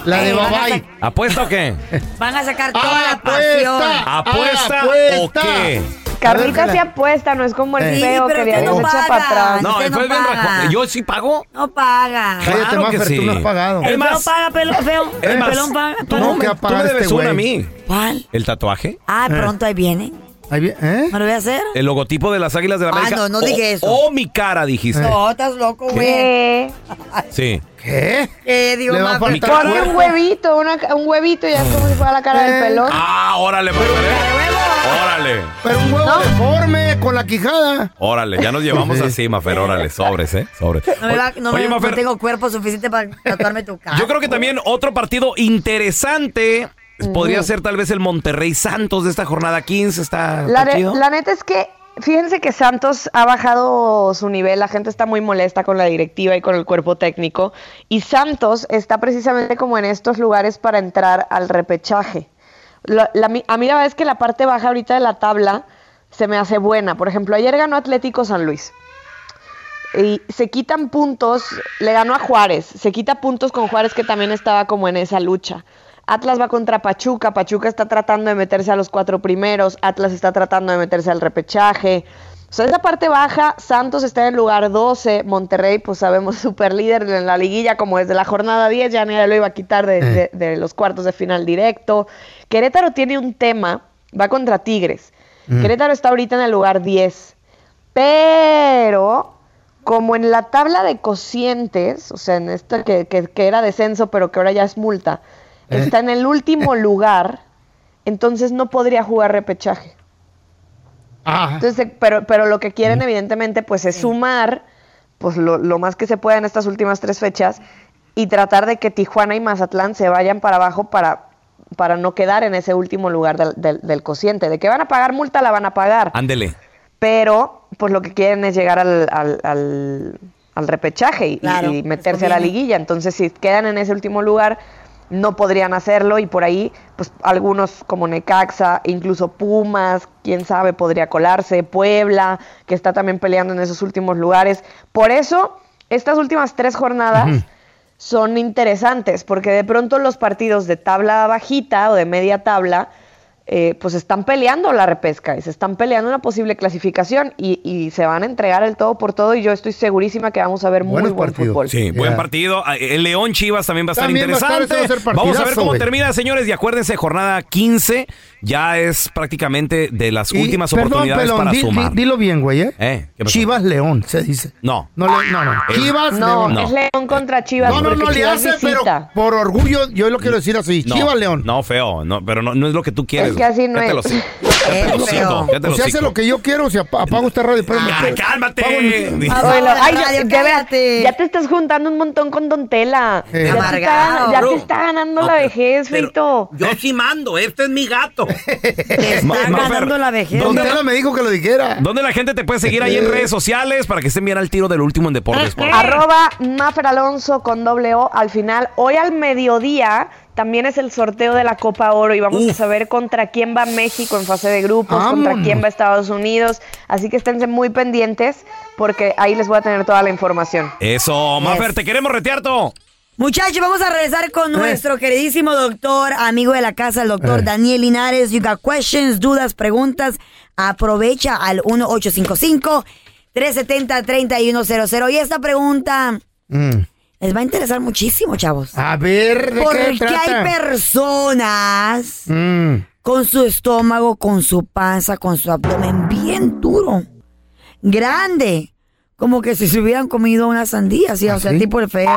Speaker 4: La
Speaker 6: de Eh, van a Babay.
Speaker 4: ¿Apuesta o qué?
Speaker 6: Van a sacar toda la pasión.
Speaker 4: ¿Apuesta o
Speaker 6: apuesta.
Speaker 4: qué?
Speaker 1: Carlita se apuesta, no es como el
Speaker 4: Eh.
Speaker 1: feo
Speaker 6: Sí, pero
Speaker 1: que ya
Speaker 6: usted
Speaker 1: nos
Speaker 6: no
Speaker 1: echa para atrás.
Speaker 4: No, el feo es bien rajón. ¿Yo sí pago?
Speaker 6: No paga.
Speaker 4: Cállate, Claro que Mafer, tú sí. no has pagado. Es
Speaker 6: El
Speaker 4: más-
Speaker 6: pelón paga, pelo, feo.
Speaker 4: Es
Speaker 6: El
Speaker 4: más,
Speaker 6: pelón paga.
Speaker 4: tú
Speaker 6: paga.
Speaker 4: no me- tú me debes una a mí.
Speaker 6: ¿Cuál?
Speaker 4: ¿El tatuaje?
Speaker 6: Ah,
Speaker 4: este Eh.
Speaker 6: pronto ahí viene.
Speaker 5: Ahí viene, ¿eh?
Speaker 6: ¿Me lo voy a hacer?
Speaker 4: ¿El logotipo de las Águilas de la
Speaker 6: Ah,
Speaker 4: América?
Speaker 6: no, no
Speaker 4: O-
Speaker 6: dije eso.
Speaker 4: O mi cara, dijiste.
Speaker 6: No, estás loco,
Speaker 4: Eh,
Speaker 1: güey.
Speaker 4: Sí.
Speaker 5: ¿Qué?
Speaker 6: ¿Qué? Eh, Digo,
Speaker 4: Le va a
Speaker 6: Mafer.
Speaker 4: faltar
Speaker 1: Ponle un huevito, una, un huevito ya es como si fuera la cara del pelón.
Speaker 4: Ah, órale, pues, Órale.
Speaker 5: Pero un huevo deforme con la quijada.
Speaker 4: Órale, ya nos llevamos así, Mafer. Órale, sobres, ¿eh? Sobres.
Speaker 6: No, me va- no,
Speaker 4: Oye,
Speaker 6: me- no
Speaker 4: Mafer.
Speaker 6: tengo cuerpo suficiente para tatuarme tu cara.
Speaker 4: Yo creo que también otro partido interesante podría ser tal vez el Monterrey Santos de esta jornada 15. Está,
Speaker 1: La,
Speaker 4: está
Speaker 1: ne-
Speaker 4: chido.
Speaker 1: la neta es que, fíjense que Santos ha bajado su nivel, la gente está muy molesta con la directiva y con el cuerpo técnico, y Santos está precisamente como en estos lugares para entrar al repechaje. La- la mi- a mí la verdad es que la parte baja ahorita de la tabla se me hace buena. Por ejemplo, ayer ganó Atlético San Luis. Y se quitan puntos, le ganó a Juárez, se quita puntos con Juárez que también estaba como en esa lucha. Atlas va contra Pachuca, Pachuca está tratando de meterse a los cuatro primeros, Atlas está tratando de meterse al repechaje. O sea, esa parte baja, Santos está en el lugar 12, Monterrey, pues sabemos, super líder en la liguilla, como desde la jornada 10, ya nadie lo iba a quitar de, de- de los cuartos de final directo. Querétaro tiene un tema, va contra Tigres.
Speaker 8: Mm.
Speaker 1: Querétaro está ahorita en el lugar 10. Pero, como en la tabla de cocientes, o sea, en esta que, que- que era descenso, pero que ahora ya es multa,
Speaker 5: Eh.
Speaker 1: está en el último lugar, entonces no podría jugar repechaje.
Speaker 5: Ah,
Speaker 1: Entonces, eh, pero, pero lo que quieren, evidentemente, pues es sumar pues lo, lo más que se pueda en estas últimas tres fechas y tratar de que Tijuana y Mazatlán se vayan para abajo para, para no quedar en ese último lugar del, del- del cociente. De que van a pagar multa, la van a pagar
Speaker 4: Ándele.
Speaker 1: pero pues lo que quieren es llegar al, al- al- al repechaje y,
Speaker 6: Claro,
Speaker 1: y meterse a la
Speaker 6: conviene.
Speaker 1: liguilla. Entonces, si quedan en ese último lugar, no podrían hacerlo y por ahí, pues algunos como Necaxa, incluso Pumas, quién sabe, podría colarse, Puebla, que está también peleando en esos últimos lugares. Por eso, estas últimas tres jornadas son interesantes, porque de pronto los partidos de tabla bajita o de media tabla, eh, pues están peleando la repesca y se están peleando una posible clasificación y, y se van a entregar el todo por todo y yo estoy segurísima que vamos a ver muy buen fútbol.
Speaker 7: Sí, buen partido.
Speaker 4: Ah,
Speaker 7: El León Chivas también va a estar
Speaker 1: También va a estar,
Speaker 7: interesante.
Speaker 1: ese va a ser
Speaker 7: Vamos a ver
Speaker 1: partidazo,
Speaker 7: cómo
Speaker 1: güey.
Speaker 7: termina, señores. Y acuérdense, jornada 15 ya es prácticamente de las
Speaker 5: Y-
Speaker 7: últimas
Speaker 5: perdón,
Speaker 7: oportunidades
Speaker 5: pelón,
Speaker 7: para
Speaker 5: di- di-
Speaker 7: sumar.
Speaker 5: dilo bien, güey, ¿eh?
Speaker 7: ¿Eh? ¿Qué pasó?
Speaker 5: Chivas León, se dice.
Speaker 7: No.
Speaker 5: No, le- no, no.
Speaker 7: Es-
Speaker 5: Chivas
Speaker 1: No,
Speaker 5: León.
Speaker 1: es León contra Chivas.
Speaker 5: No, no,
Speaker 1: porque
Speaker 5: no le
Speaker 1: Chivas
Speaker 5: hace, pero
Speaker 1: visita.
Speaker 5: por orgullo yo lo quiero decir así.
Speaker 7: No,
Speaker 5: Chivas León.
Speaker 7: No, feo, no, pero no, no es lo que tú quieres.
Speaker 5: Es que así no
Speaker 7: Cállate
Speaker 5: es.
Speaker 7: el hocico.
Speaker 6: Eh,
Speaker 5: Eh.
Speaker 7: Cállate el hocico, cállate el
Speaker 5: O sea, hace
Speaker 7: hocico.
Speaker 5: lo Ah, que yo quiero, si ap- apago esta radio. Pero
Speaker 7: cálmate.
Speaker 1: Bueno, ay, ya- ya, veas, ya te estás juntando un montón con Don Tela.
Speaker 5: Eh.
Speaker 1: Ya, te está,
Speaker 5: Amargado,
Speaker 1: ya te
Speaker 5: bro.
Speaker 1: está ganando la vejez, Feito.
Speaker 21: Yo sí mando, este es mi gato.
Speaker 7: Ma- Mafer, ¿dónde la-
Speaker 5: me dijo que lo dijera.
Speaker 7: ¿Dónde la gente te puede seguir ahí en redes sociales para que estén bien al tiro del último en deportes? por favor?
Speaker 1: Arroba Mafer Alonso con doble O al final. Hoy al mediodía también es el sorteo de la Copa Oro y vamos a saber contra quién va México en fase de grupos, contra
Speaker 5: Vámonos.
Speaker 1: quién va Estados Unidos. Así que esténse muy pendientes porque ahí les voy a tener toda la información.
Speaker 7: Eso, Mafer, te queremos retear, to.
Speaker 6: Muchachos, vamos a regresar
Speaker 7: Eh.
Speaker 6: con nuestro queridísimo doctor, amigo de la casa, el doctor Daniel Linares. You got questions, dudas, preguntas. Aprovecha al 1855-370-3100. Y esta pregunta
Speaker 7: Mm.
Speaker 6: les va a interesar muchísimo, chavos.
Speaker 5: A ver, ¿de
Speaker 6: Porque
Speaker 5: qué trata?
Speaker 6: hay personas
Speaker 5: Mm.
Speaker 6: con su estómago, con su panza, con su abdomen bien duro, grande. Como que si se hubieran comido una sandía,
Speaker 7: ¿Ah,
Speaker 6: ¿sí? o sea, tipo el feo,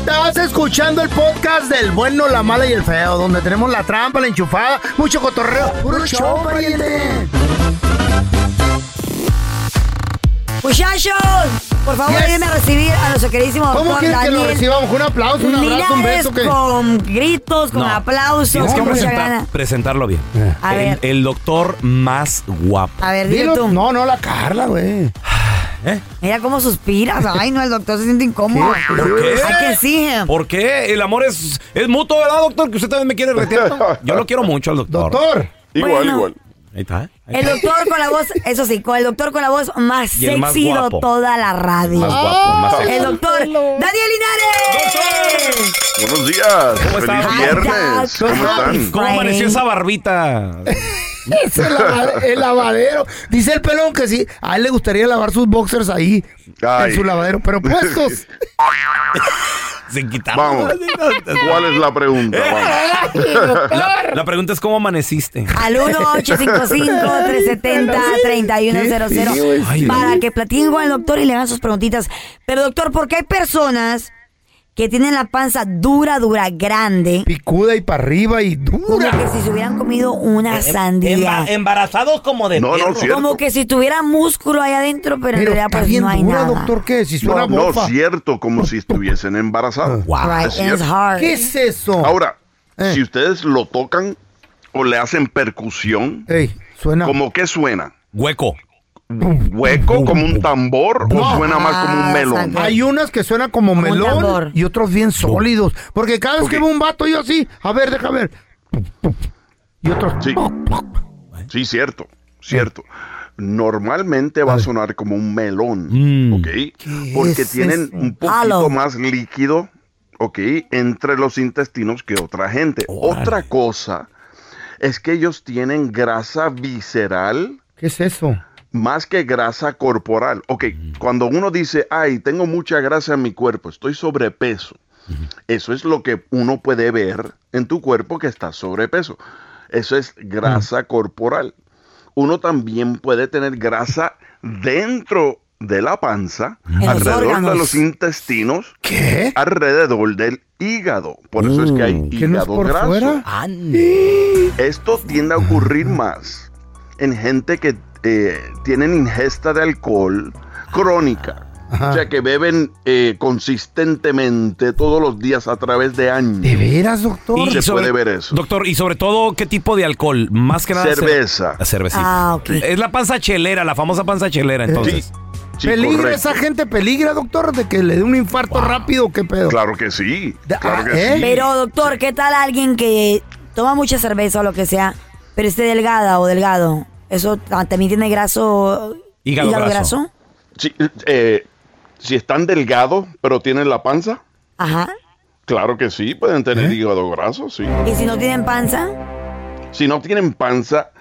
Speaker 5: Estás escuchando el podcast del bueno, la mala y el feo, donde tenemos la trampa, la enchufada, mucho cotorreo. ¡Puro show, pariente!
Speaker 6: Muchachos, por favor,
Speaker 5: Yes.
Speaker 6: ayúdenme a recibir a nuestro queridísimo
Speaker 5: ¿Cómo
Speaker 6: doctor
Speaker 5: quieren que lo
Speaker 6: Daniel
Speaker 5: recibamos? ¿Con un aplauso, un abrazo, un
Speaker 6: Linares
Speaker 5: beso, qué?
Speaker 6: con gritos, con
Speaker 7: No.
Speaker 6: aplausos,
Speaker 7: Tienes que
Speaker 6: con mucha
Speaker 7: presentar-
Speaker 6: gana.
Speaker 7: presentarlo bien.
Speaker 6: A
Speaker 7: el,
Speaker 6: ver. Ah,
Speaker 7: el doctor más guapo.
Speaker 6: A ver, dile
Speaker 7: Dilo.
Speaker 6: tú.
Speaker 5: No, no, la Carla, güey.
Speaker 7: ¿Eh?
Speaker 6: Mira cómo suspiras. Ay, no, el doctor se siente incómodo.
Speaker 7: ¿Por qué?
Speaker 6: I can see him.
Speaker 7: ¿Por qué? El amor es, es mutuo, ¿verdad, doctor? Que usted también me quiere retear. ¿no? Yo lo quiero mucho al doctor.
Speaker 5: Doctor.
Speaker 6: Igual, Bueno. igual.
Speaker 7: Ahí está.
Speaker 6: El doctor con la voz, eso sí, con el doctor con la voz más
Speaker 7: Y el más
Speaker 6: sexy de
Speaker 7: guapo.
Speaker 6: toda la radio.
Speaker 7: Más guapo, el más sexy.
Speaker 6: el doctor Daniel Linares.
Speaker 22: Buenos días. Feliz
Speaker 7: estás?
Speaker 22: viernes. ¿Cómo están?
Speaker 7: ¿Cómo amaneció esa barbita?
Speaker 5: Es el, lava- el lavadero. Dice el pelón que sí, a él le gustaría lavar sus boxers ahí,
Speaker 22: Ay.
Speaker 5: en su lavadero, pero puestos.
Speaker 7: Se quitaron.
Speaker 22: Vamos. ¿Cuál es la pregunta? Vamos.
Speaker 7: La, la pregunta es cómo amaneciste.
Speaker 6: Al 1-855-370-3100 para que platiquen con el doctor y le hagan sus preguntitas. Pero doctor, ¿por qué hay personas que tienen la panza dura, dura, grande?
Speaker 5: Picuda y para arriba y dura.
Speaker 6: Como que si se hubieran comido una
Speaker 21: Em-
Speaker 6: sandía.
Speaker 21: emba- embarazados como de
Speaker 22: No, no,
Speaker 21: perro.
Speaker 22: cierto.
Speaker 6: Como que si tuviera músculo ahí adentro, pero en
Speaker 22: Pero
Speaker 6: realidad
Speaker 22: está
Speaker 6: pues
Speaker 22: bien
Speaker 6: no hay
Speaker 22: dura,
Speaker 6: nada.
Speaker 5: Doctor, ¿qué? Si suena
Speaker 22: No, no,
Speaker 5: bofa.
Speaker 22: cierto, como si estuviesen embarazados.
Speaker 6: Right,
Speaker 22: Es
Speaker 6: it's
Speaker 22: cierto.
Speaker 6: hard.
Speaker 5: ¿Qué es eso?
Speaker 22: Ahora, si ustedes lo tocan o le hacen percusión, ¿cómo que suena?
Speaker 7: Hueco.
Speaker 22: ¿Hueco como un tambor o
Speaker 5: No.
Speaker 22: suena más como
Speaker 6: Ah,
Speaker 22: un melón?
Speaker 5: Hay unas que suenan como melón
Speaker 22: tambor.
Speaker 5: y otros bien sólidos. Porque cada vez que veo un vato yo así, a ver, deja ver. Y otros.
Speaker 22: Sí. Sí, cierto, cierto. Normalmente va a sonar como un melón, ¿ok? Porque
Speaker 18: es
Speaker 22: tienen
Speaker 18: eso?
Speaker 22: un poquito
Speaker 18: Halo.
Speaker 22: más líquido, ¿ok? Entre los intestinos que otra gente. Otra cosa es que ellos tienen grasa visceral
Speaker 5: ¿Qué es eso?
Speaker 22: más que grasa corporal. Ok, cuando uno dice, ay, tengo mucha grasa en mi cuerpo, estoy sobrepeso. Eso es lo que uno puede ver en tu cuerpo que estás sobrepeso. Eso es grasa corporal. Uno también puede tener grasa dentro de la panza,
Speaker 18: En los
Speaker 22: alrededor de
Speaker 18: órganos.
Speaker 22: los intestinos, alrededor del hígado. Por eso es que hay
Speaker 18: ¿Que no
Speaker 22: hígado
Speaker 18: es por
Speaker 22: graso.
Speaker 18: fuera?
Speaker 22: Esto tiende a ocurrir más en gente que eh, tienen ingesta de alcohol crónica. O sea, que beben eh, consistentemente todos los días a través de años. ¿De
Speaker 5: veras, doctor?
Speaker 22: se puede ver eso.
Speaker 7: Doctor, y sobre todo, ¿qué tipo de alcohol? Más que nada.
Speaker 22: Cerveza.
Speaker 7: La cervecita.
Speaker 22: Ah, ok.
Speaker 7: Es la panza chelera, la famosa panza chelera, entonces.
Speaker 5: ¿Peligra esa gente? ¿Peligra, doctor, de que le dé un infarto rápido? ¿Qué pedo? ah,
Speaker 22: Claro que sí. Claro que
Speaker 5: ¿Eh?
Speaker 22: sí.
Speaker 6: Pero doctor, ¿qué tal alguien que toma mucha cerveza o lo que sea, pero esté delgada o delgado? ¿Eso ta- también tiene graso?
Speaker 22: Sí, eh, si están delgados, pero tienen la panza,
Speaker 6: Ajá.
Speaker 22: claro que sí, pueden tener hígado graso, sí.
Speaker 6: ¿Y si no tienen panza?
Speaker 22: Si no tienen panza,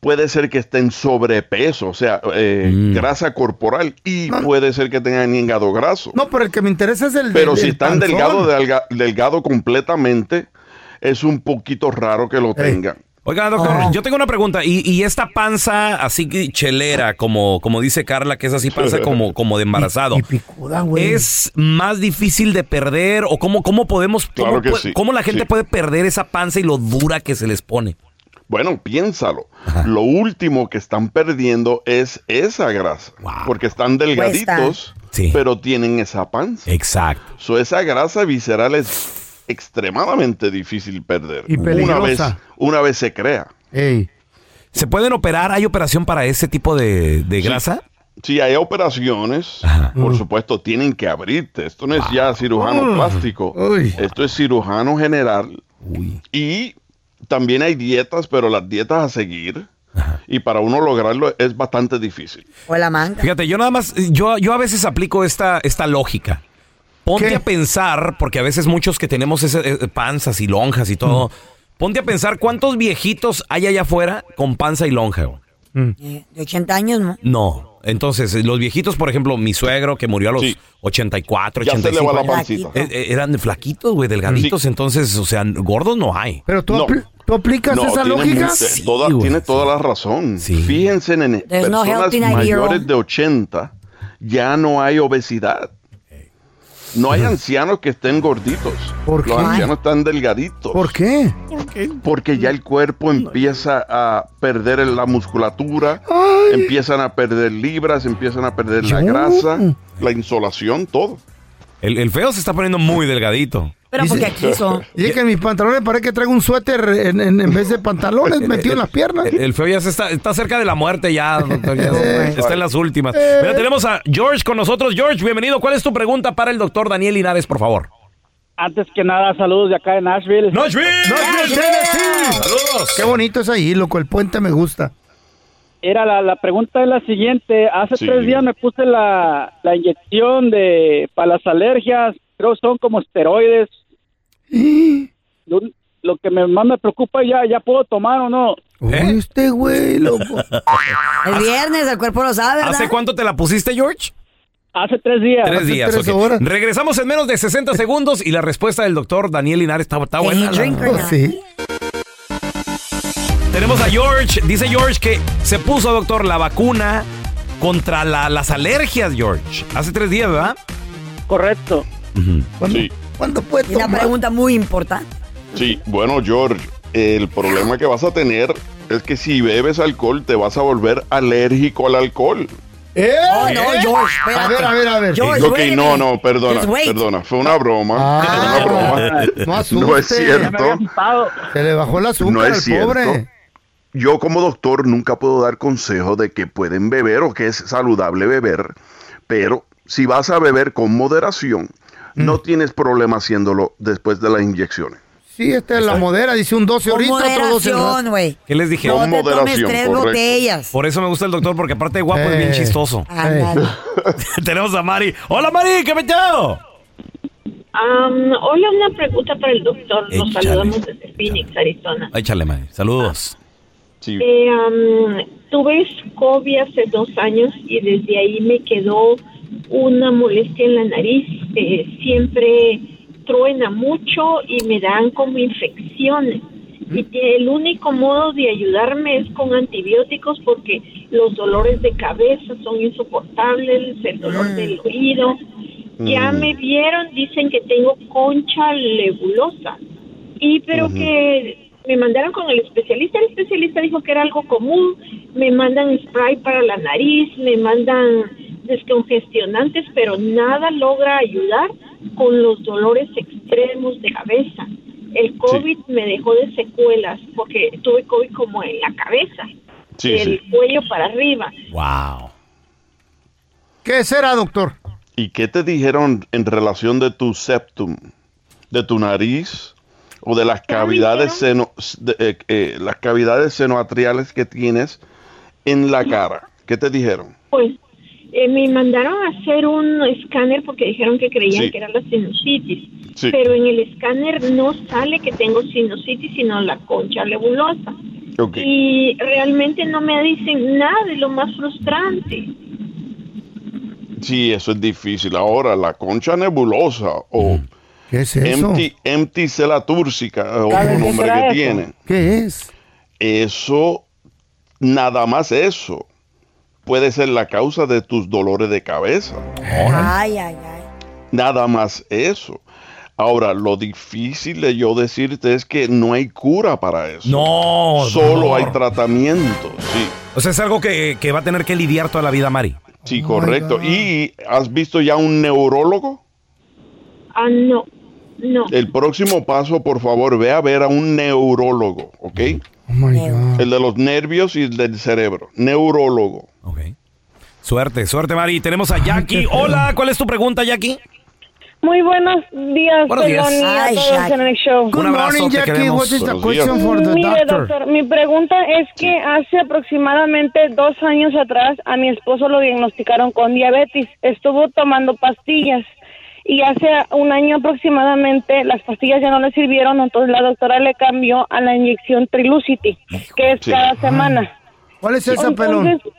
Speaker 22: puede ser que estén sobrepeso, o sea, eh, grasa corporal, y puede ser que tengan hígado graso.
Speaker 5: No, pero el que me interesa es el de-
Speaker 22: Pero
Speaker 5: del
Speaker 22: si están
Speaker 5: panzón.
Speaker 22: delgado, delga- delgado completamente, es un poquito raro que lo tengan.
Speaker 7: Oiga, doctor,
Speaker 22: Ah.
Speaker 7: yo tengo una pregunta. ¿Y, y esta panza así que chelera, como, como dice Carla, que es así panza como, como de embarazado? ¿Es más difícil de perder o cómo, cómo podemos, cómo,
Speaker 22: Claro que
Speaker 7: puede-
Speaker 22: sí,
Speaker 7: cómo la gente
Speaker 22: sí.
Speaker 7: puede perder esa panza y lo dura que se les pone?
Speaker 22: Bueno, piénsalo. Lo último que están perdiendo es esa grasa. Porque están delgaditos, pero tienen esa panza.
Speaker 7: Exacto.
Speaker 22: So, esa grasa visceral es extremadamente difícil perder.
Speaker 7: Y
Speaker 22: una vez,
Speaker 7: peligrosa.
Speaker 22: una vez se crea.
Speaker 7: ¿Se pueden operar? ¿Hay operación para ese tipo de, eh, de grasa?
Speaker 22: Si hay operaciones, por supuesto, tienen que abrirte. Esto no es ya cirujano
Speaker 7: Mm.
Speaker 22: plástico. Esto es cirujano general. Y también hay dietas, pero las dietas a seguir. Y para uno lograrlo es bastante difícil.
Speaker 6: ¿O la manga?
Speaker 7: Fíjate, yo nada más, yo, yo a veces aplico esta, esta lógica. Ponte a pensar, porque a veces muchos que tenemos ese, eh, panzas y lonjas y todo, ponte a pensar cuántos viejitos hay allá afuera con panza y lonja. güey.
Speaker 6: Eh, De 80 años, ¿no?
Speaker 7: No. Entonces, los viejitos, por ejemplo, mi suegro que murió a los 84,
Speaker 22: Ya se le
Speaker 7: 85
Speaker 22: va la
Speaker 7: años,
Speaker 22: pancita.
Speaker 7: eh, eh, eran flaquitos, güey, delgaditos. Entonces, o sea, gordos no hay.
Speaker 5: Pero
Speaker 22: No. No, tiene mucha- Eh, toda- tiene toda la razón. Fíjense en, en
Speaker 6: There's no
Speaker 22: personas
Speaker 6: healthy idea.
Speaker 22: mayores de 80, ya no hay obesidad. No hay ancianos que estén gorditos.
Speaker 5: ¿Por
Speaker 22: Los
Speaker 5: qué?
Speaker 22: ancianos están delgaditos.
Speaker 5: ¿Por qué?
Speaker 22: Porque ya el cuerpo empieza a perder la musculatura, empiezan a perder libras, empiezan a perder la
Speaker 7: Yo.
Speaker 22: grasa, la insolación, todo.
Speaker 7: El, el feo se está poniendo muy delgadito.
Speaker 5: Dice que en mis pantalones parece que traigo un suéter en, en- en vez de pantalones metido en las piernas.
Speaker 7: El, el feo ya se está, está cerca de la muerte ya, doctor. ya, está en las últimas.
Speaker 5: Eh.
Speaker 7: Mira, tenemos a George con nosotros. George, bienvenido. ¿Cuál es tu pregunta para el doctor Daniel Linares, por favor?
Speaker 12: Antes que nada, saludos de acá de Nashville.
Speaker 7: ¡Nashville!
Speaker 5: ¡Nashville, Tennessee!
Speaker 7: ¡Saludos!
Speaker 5: Qué bonito es ahí, loco. El puente me gusta.
Speaker 12: Era la, la pregunta es la siguiente. Hace
Speaker 5: Sí.
Speaker 12: tres días me puse la, la inyección de para las alergias. Creo son como esteroides. Lo, lo que me, más me preocupa ya, ¿ya puedo tomar o no?
Speaker 5: Uy, este güey, loco.
Speaker 6: El viernes, el cuerpo lo sabe, ¿verdad?
Speaker 7: ¿Hace cuánto te la pusiste, George?
Speaker 12: Hace tres días.
Speaker 7: Tres días. ok. Regresamos en menos de 60 segundos y la respuesta del doctor Daniel Linares está, está buena. la- Tenemos a George. Dice George que se puso, doctor, la vacuna contra la- las alergias, George. Hace tres días, ¿verdad?
Speaker 12: Correcto.
Speaker 22: Sí.
Speaker 5: ¿Cuándo puede
Speaker 6: Una pregunta muy importante.
Speaker 22: Sí, bueno, George, el problema que vas a tener es que si bebes alcohol te vas a volver alérgico al alcohol.
Speaker 5: ¡Eh!
Speaker 6: Oh, no, George, espérate.
Speaker 5: A ver, a ver, a ver.
Speaker 22: ok, no, no, perdona,
Speaker 5: Just wait.
Speaker 22: perdona, fue una broma. fue una broma.
Speaker 5: Ah, No asustes.
Speaker 22: es cierto.
Speaker 5: Se le bajó el azúcar
Speaker 22: No
Speaker 5: al
Speaker 22: es cierto.
Speaker 5: pobre.
Speaker 22: Yo como doctor nunca puedo dar consejo de que pueden beber o que es saludable beber, pero si vas a beber con moderación, no tienes problema haciéndolo después de las inyecciones.
Speaker 5: Sí, esta es la modera, dice un 12
Speaker 6: Con
Speaker 5: ahorita, otro 12 al rato.
Speaker 6: moderación, güey.
Speaker 7: ¿Qué les dije?
Speaker 6: No Con te tomes moderación, tres correcto. botellas.
Speaker 7: Por eso me gusta el doctor, porque aparte de guapo es Pues bien
Speaker 6: Eh.
Speaker 7: chistoso.
Speaker 6: Ándale.
Speaker 7: Tenemos a Mari. ¡Hola, Mari! ¿Qué metido?
Speaker 3: Am, hola, una pregunta para el doctor. Nos
Speaker 7: Échale.
Speaker 3: saludamos desde Phoenix, Arizona.
Speaker 7: Échale, Mari. Saludos. Sí.
Speaker 3: Eh, am, tuve COVID hace dos años y desde ahí me quedó una molestia en la nariz. Eh, siempre truena mucho y me dan como infecciones. Y que el único modo de ayudarme es con antibióticos porque los dolores de cabeza son insoportables, el dolor del oído. Ya
Speaker 20: Mm.
Speaker 3: me vieron, dicen que tengo concha lebulosa. Y pero
Speaker 20: Ujú.
Speaker 3: que me mandaron con el especialista, el especialista dijo que era algo común, me mandan spray para la nariz, me mandan descongestionantes, pero nada logra ayudar con los dolores extremos de cabeza. El COVID me dejó de secuelas porque tuve COVID como en la cabeza,
Speaker 22: Sí,
Speaker 3: del
Speaker 22: sí.
Speaker 3: cuello para arriba.
Speaker 7: Wow.
Speaker 5: ¿Qué será, doctor?
Speaker 22: ¿Y qué te dijeron en relación de tu septum, de tu nariz o de las cavidades seno, de, eh, eh, las cavidades senoatriales que tienes en la cara? ¿Qué te dijeron?
Speaker 3: Pues eh, me mandaron a hacer un escáner porque dijeron que creían
Speaker 22: Sí.
Speaker 3: que era la sinusitis.
Speaker 22: Sí.
Speaker 3: Pero en el escáner no sale que tengo sinusitis, sino la concha lebulosa.
Speaker 22: Ok.
Speaker 3: Y realmente no me dicen nada, es lo más frustrante.
Speaker 22: Sí, eso es difícil. Ahora, la concha nebulosa o
Speaker 5: Mm. ¿Qué es eso?
Speaker 22: empty, empty cella turcica, eh,
Speaker 5: ¿Saben
Speaker 22: otro
Speaker 5: qué
Speaker 22: nombre
Speaker 5: será
Speaker 22: que
Speaker 5: eso?
Speaker 22: tiene.
Speaker 5: ¿Qué es?
Speaker 22: Eso, nada más eso, puede ser la causa de tus dolores de cabeza.
Speaker 6: Ay, ay, ay.
Speaker 5: Ah.
Speaker 22: Nada más eso. Ahora, lo difícil de yo decirte es que no hay cura para eso.
Speaker 7: No.
Speaker 22: Solo
Speaker 7: doctor.
Speaker 22: hay tratamiento, sí.
Speaker 7: O sea, es algo que, que va a tener que lidiar toda la vida, Mari.
Speaker 22: Sí, correcto. ¿Y has visto ya un neurólogo?
Speaker 3: Ah, no, no.
Speaker 22: El próximo paso, por favor, ve a ver a un neurólogo, ¿ok? El de los nervios y el del cerebro. Neurólogo.
Speaker 7: Suerte, suerte, Mari. Tenemos a Jackie. Hola, ¿cuál es tu pregunta, Jackie?
Speaker 23: Muy buenos días,
Speaker 7: Buenos días.
Speaker 23: Pelón, y a
Speaker 7: Ay,
Speaker 23: todos
Speaker 7: Jack.
Speaker 23: en el show.
Speaker 7: Un abrazo, Good morning, te Jackie. queremos. What is the Buenos días. question for the
Speaker 23: Mire,
Speaker 7: doctor?
Speaker 23: doctor, mi pregunta es que hace aproximadamente dos años atrás a mi esposo lo diagnosticaron con diabetes. Estuvo tomando pastillas y hace un año aproximadamente las pastillas ya no le sirvieron, entonces la doctora le cambió a la inyección Trilucity, que es
Speaker 5: Sí.
Speaker 23: cada semana.
Speaker 5: ¿Cuál es esa, pelón?
Speaker 23: Entonces,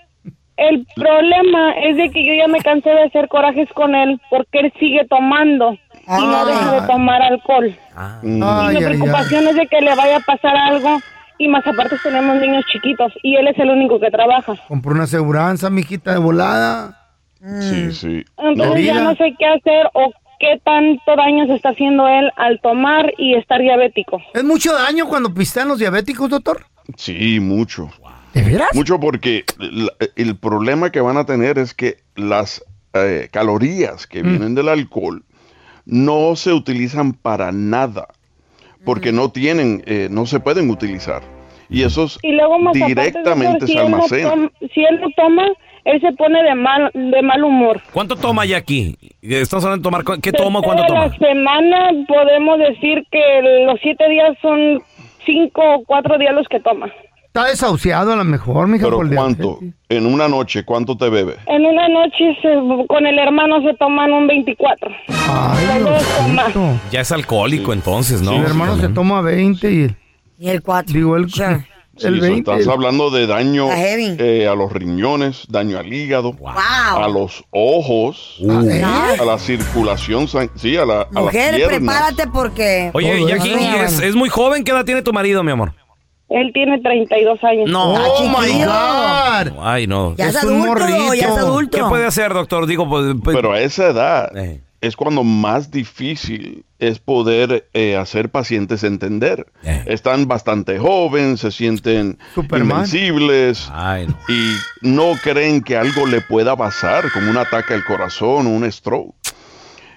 Speaker 23: El problema es de que yo ya me cansé de hacer corajes con él porque él sigue tomando y no deja de tomar alcohol.
Speaker 22: Mm.
Speaker 23: y
Speaker 5: Ay,
Speaker 23: mi
Speaker 5: ay,
Speaker 23: preocupación es de que le vaya a pasar algo y más aparte tenemos niños chiquitos y él es el único que trabaja.
Speaker 5: Compró una aseguranza, mijita, de volada.
Speaker 22: Sí, sí.
Speaker 23: Entonces ya no sé qué hacer o qué tanto daño se está haciendo él al tomar y estar diabético.
Speaker 5: ¿Es mucho daño cuando pistean los diabéticos, doctor?
Speaker 22: Sí, mucho.
Speaker 5: ¿De veras?
Speaker 22: Mucho porque la- el problema que van a tener es que las eh, calorías
Speaker 5: Mm.
Speaker 22: que vienen del alcohol no se utilizan para nada. Porque
Speaker 5: Mm.
Speaker 22: no tienen, eh, no se pueden utilizar. Y esos
Speaker 23: Y luego más aparte,
Speaker 22: directamente
Speaker 23: doctor,
Speaker 22: se
Speaker 23: él no
Speaker 22: almacenan.
Speaker 23: tom- si él no toma, él se pone de mal, de mal humor.
Speaker 7: ¿Cuánto toma Jackie? Estamos hablando de tomar. cu- ¿Qué toma?
Speaker 23: Toda
Speaker 7: ¿Cuánto toma?
Speaker 23: la semana podemos decir que los siete días son cinco o cuatro días los que toma.
Speaker 5: Está desahuciado a lo mejor, mija,
Speaker 22: Pero
Speaker 5: por el
Speaker 22: ¿cuánto? En una noche, ¿cuánto te bebes?
Speaker 23: En una noche se- con el hermano se toman un 24.
Speaker 5: diabético.
Speaker 7: Ya es alcohólico entonces, ¿no?
Speaker 5: Si el hermano se toma 20 y el...
Speaker 6: Y el 4.
Speaker 5: Digo, el,
Speaker 22: Sí,
Speaker 5: el
Speaker 22: eso,
Speaker 5: 20.
Speaker 22: estás hablando de daño
Speaker 5: Está heavy.
Speaker 22: eh, a los riñones, daño al hígado, a los ojos,
Speaker 6: Uh.
Speaker 5: Ah,
Speaker 22: a la circulación, sang- sí, a la a las
Speaker 6: Mujer,
Speaker 22: piernas.
Speaker 6: prepárate
Speaker 22: Eh,
Speaker 6: porque.
Speaker 7: Oye,
Speaker 6: Todo
Speaker 7: Jackie,
Speaker 6: eso.
Speaker 7: ¿y es, es muy joven. ¿Qué edad tiene tu marido, mi amor?
Speaker 23: Él tiene 32 años.
Speaker 7: No.
Speaker 23: Oh,
Speaker 7: my
Speaker 5: God.
Speaker 7: Ay, no.
Speaker 23: Ya es
Speaker 7: un
Speaker 23: adulto, ya es adulto.
Speaker 7: ¿Qué puede hacer, doctor? Digo, pues, pues, Eh.
Speaker 22: Pero a esa edad es cuando más difícil es poder eh, hacer pacientes entender.
Speaker 7: Eh.
Speaker 22: Están bastante jóvenes, se sienten invencibles y no creen que algo le pueda pasar, como un ataque al corazón o un stroke.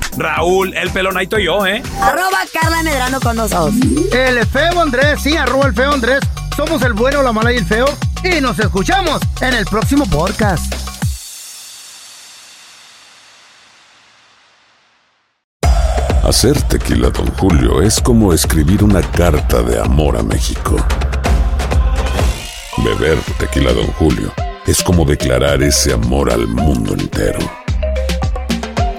Speaker 7: Raúl el Pelón, ahí estoy yo, ¿eh?
Speaker 6: Arroba Carla Medrano con nosotros.
Speaker 5: El feo Andrés, sí, arroba el feo Andrés. Somos el bueno, la mala y el feo. Y nos escuchamos en el próximo podcast.
Speaker 16: Hacer tequila, Don Julio, es como escribir una carta de amor a México. Beber tequila, Don Julio, es como declarar ese amor al mundo entero.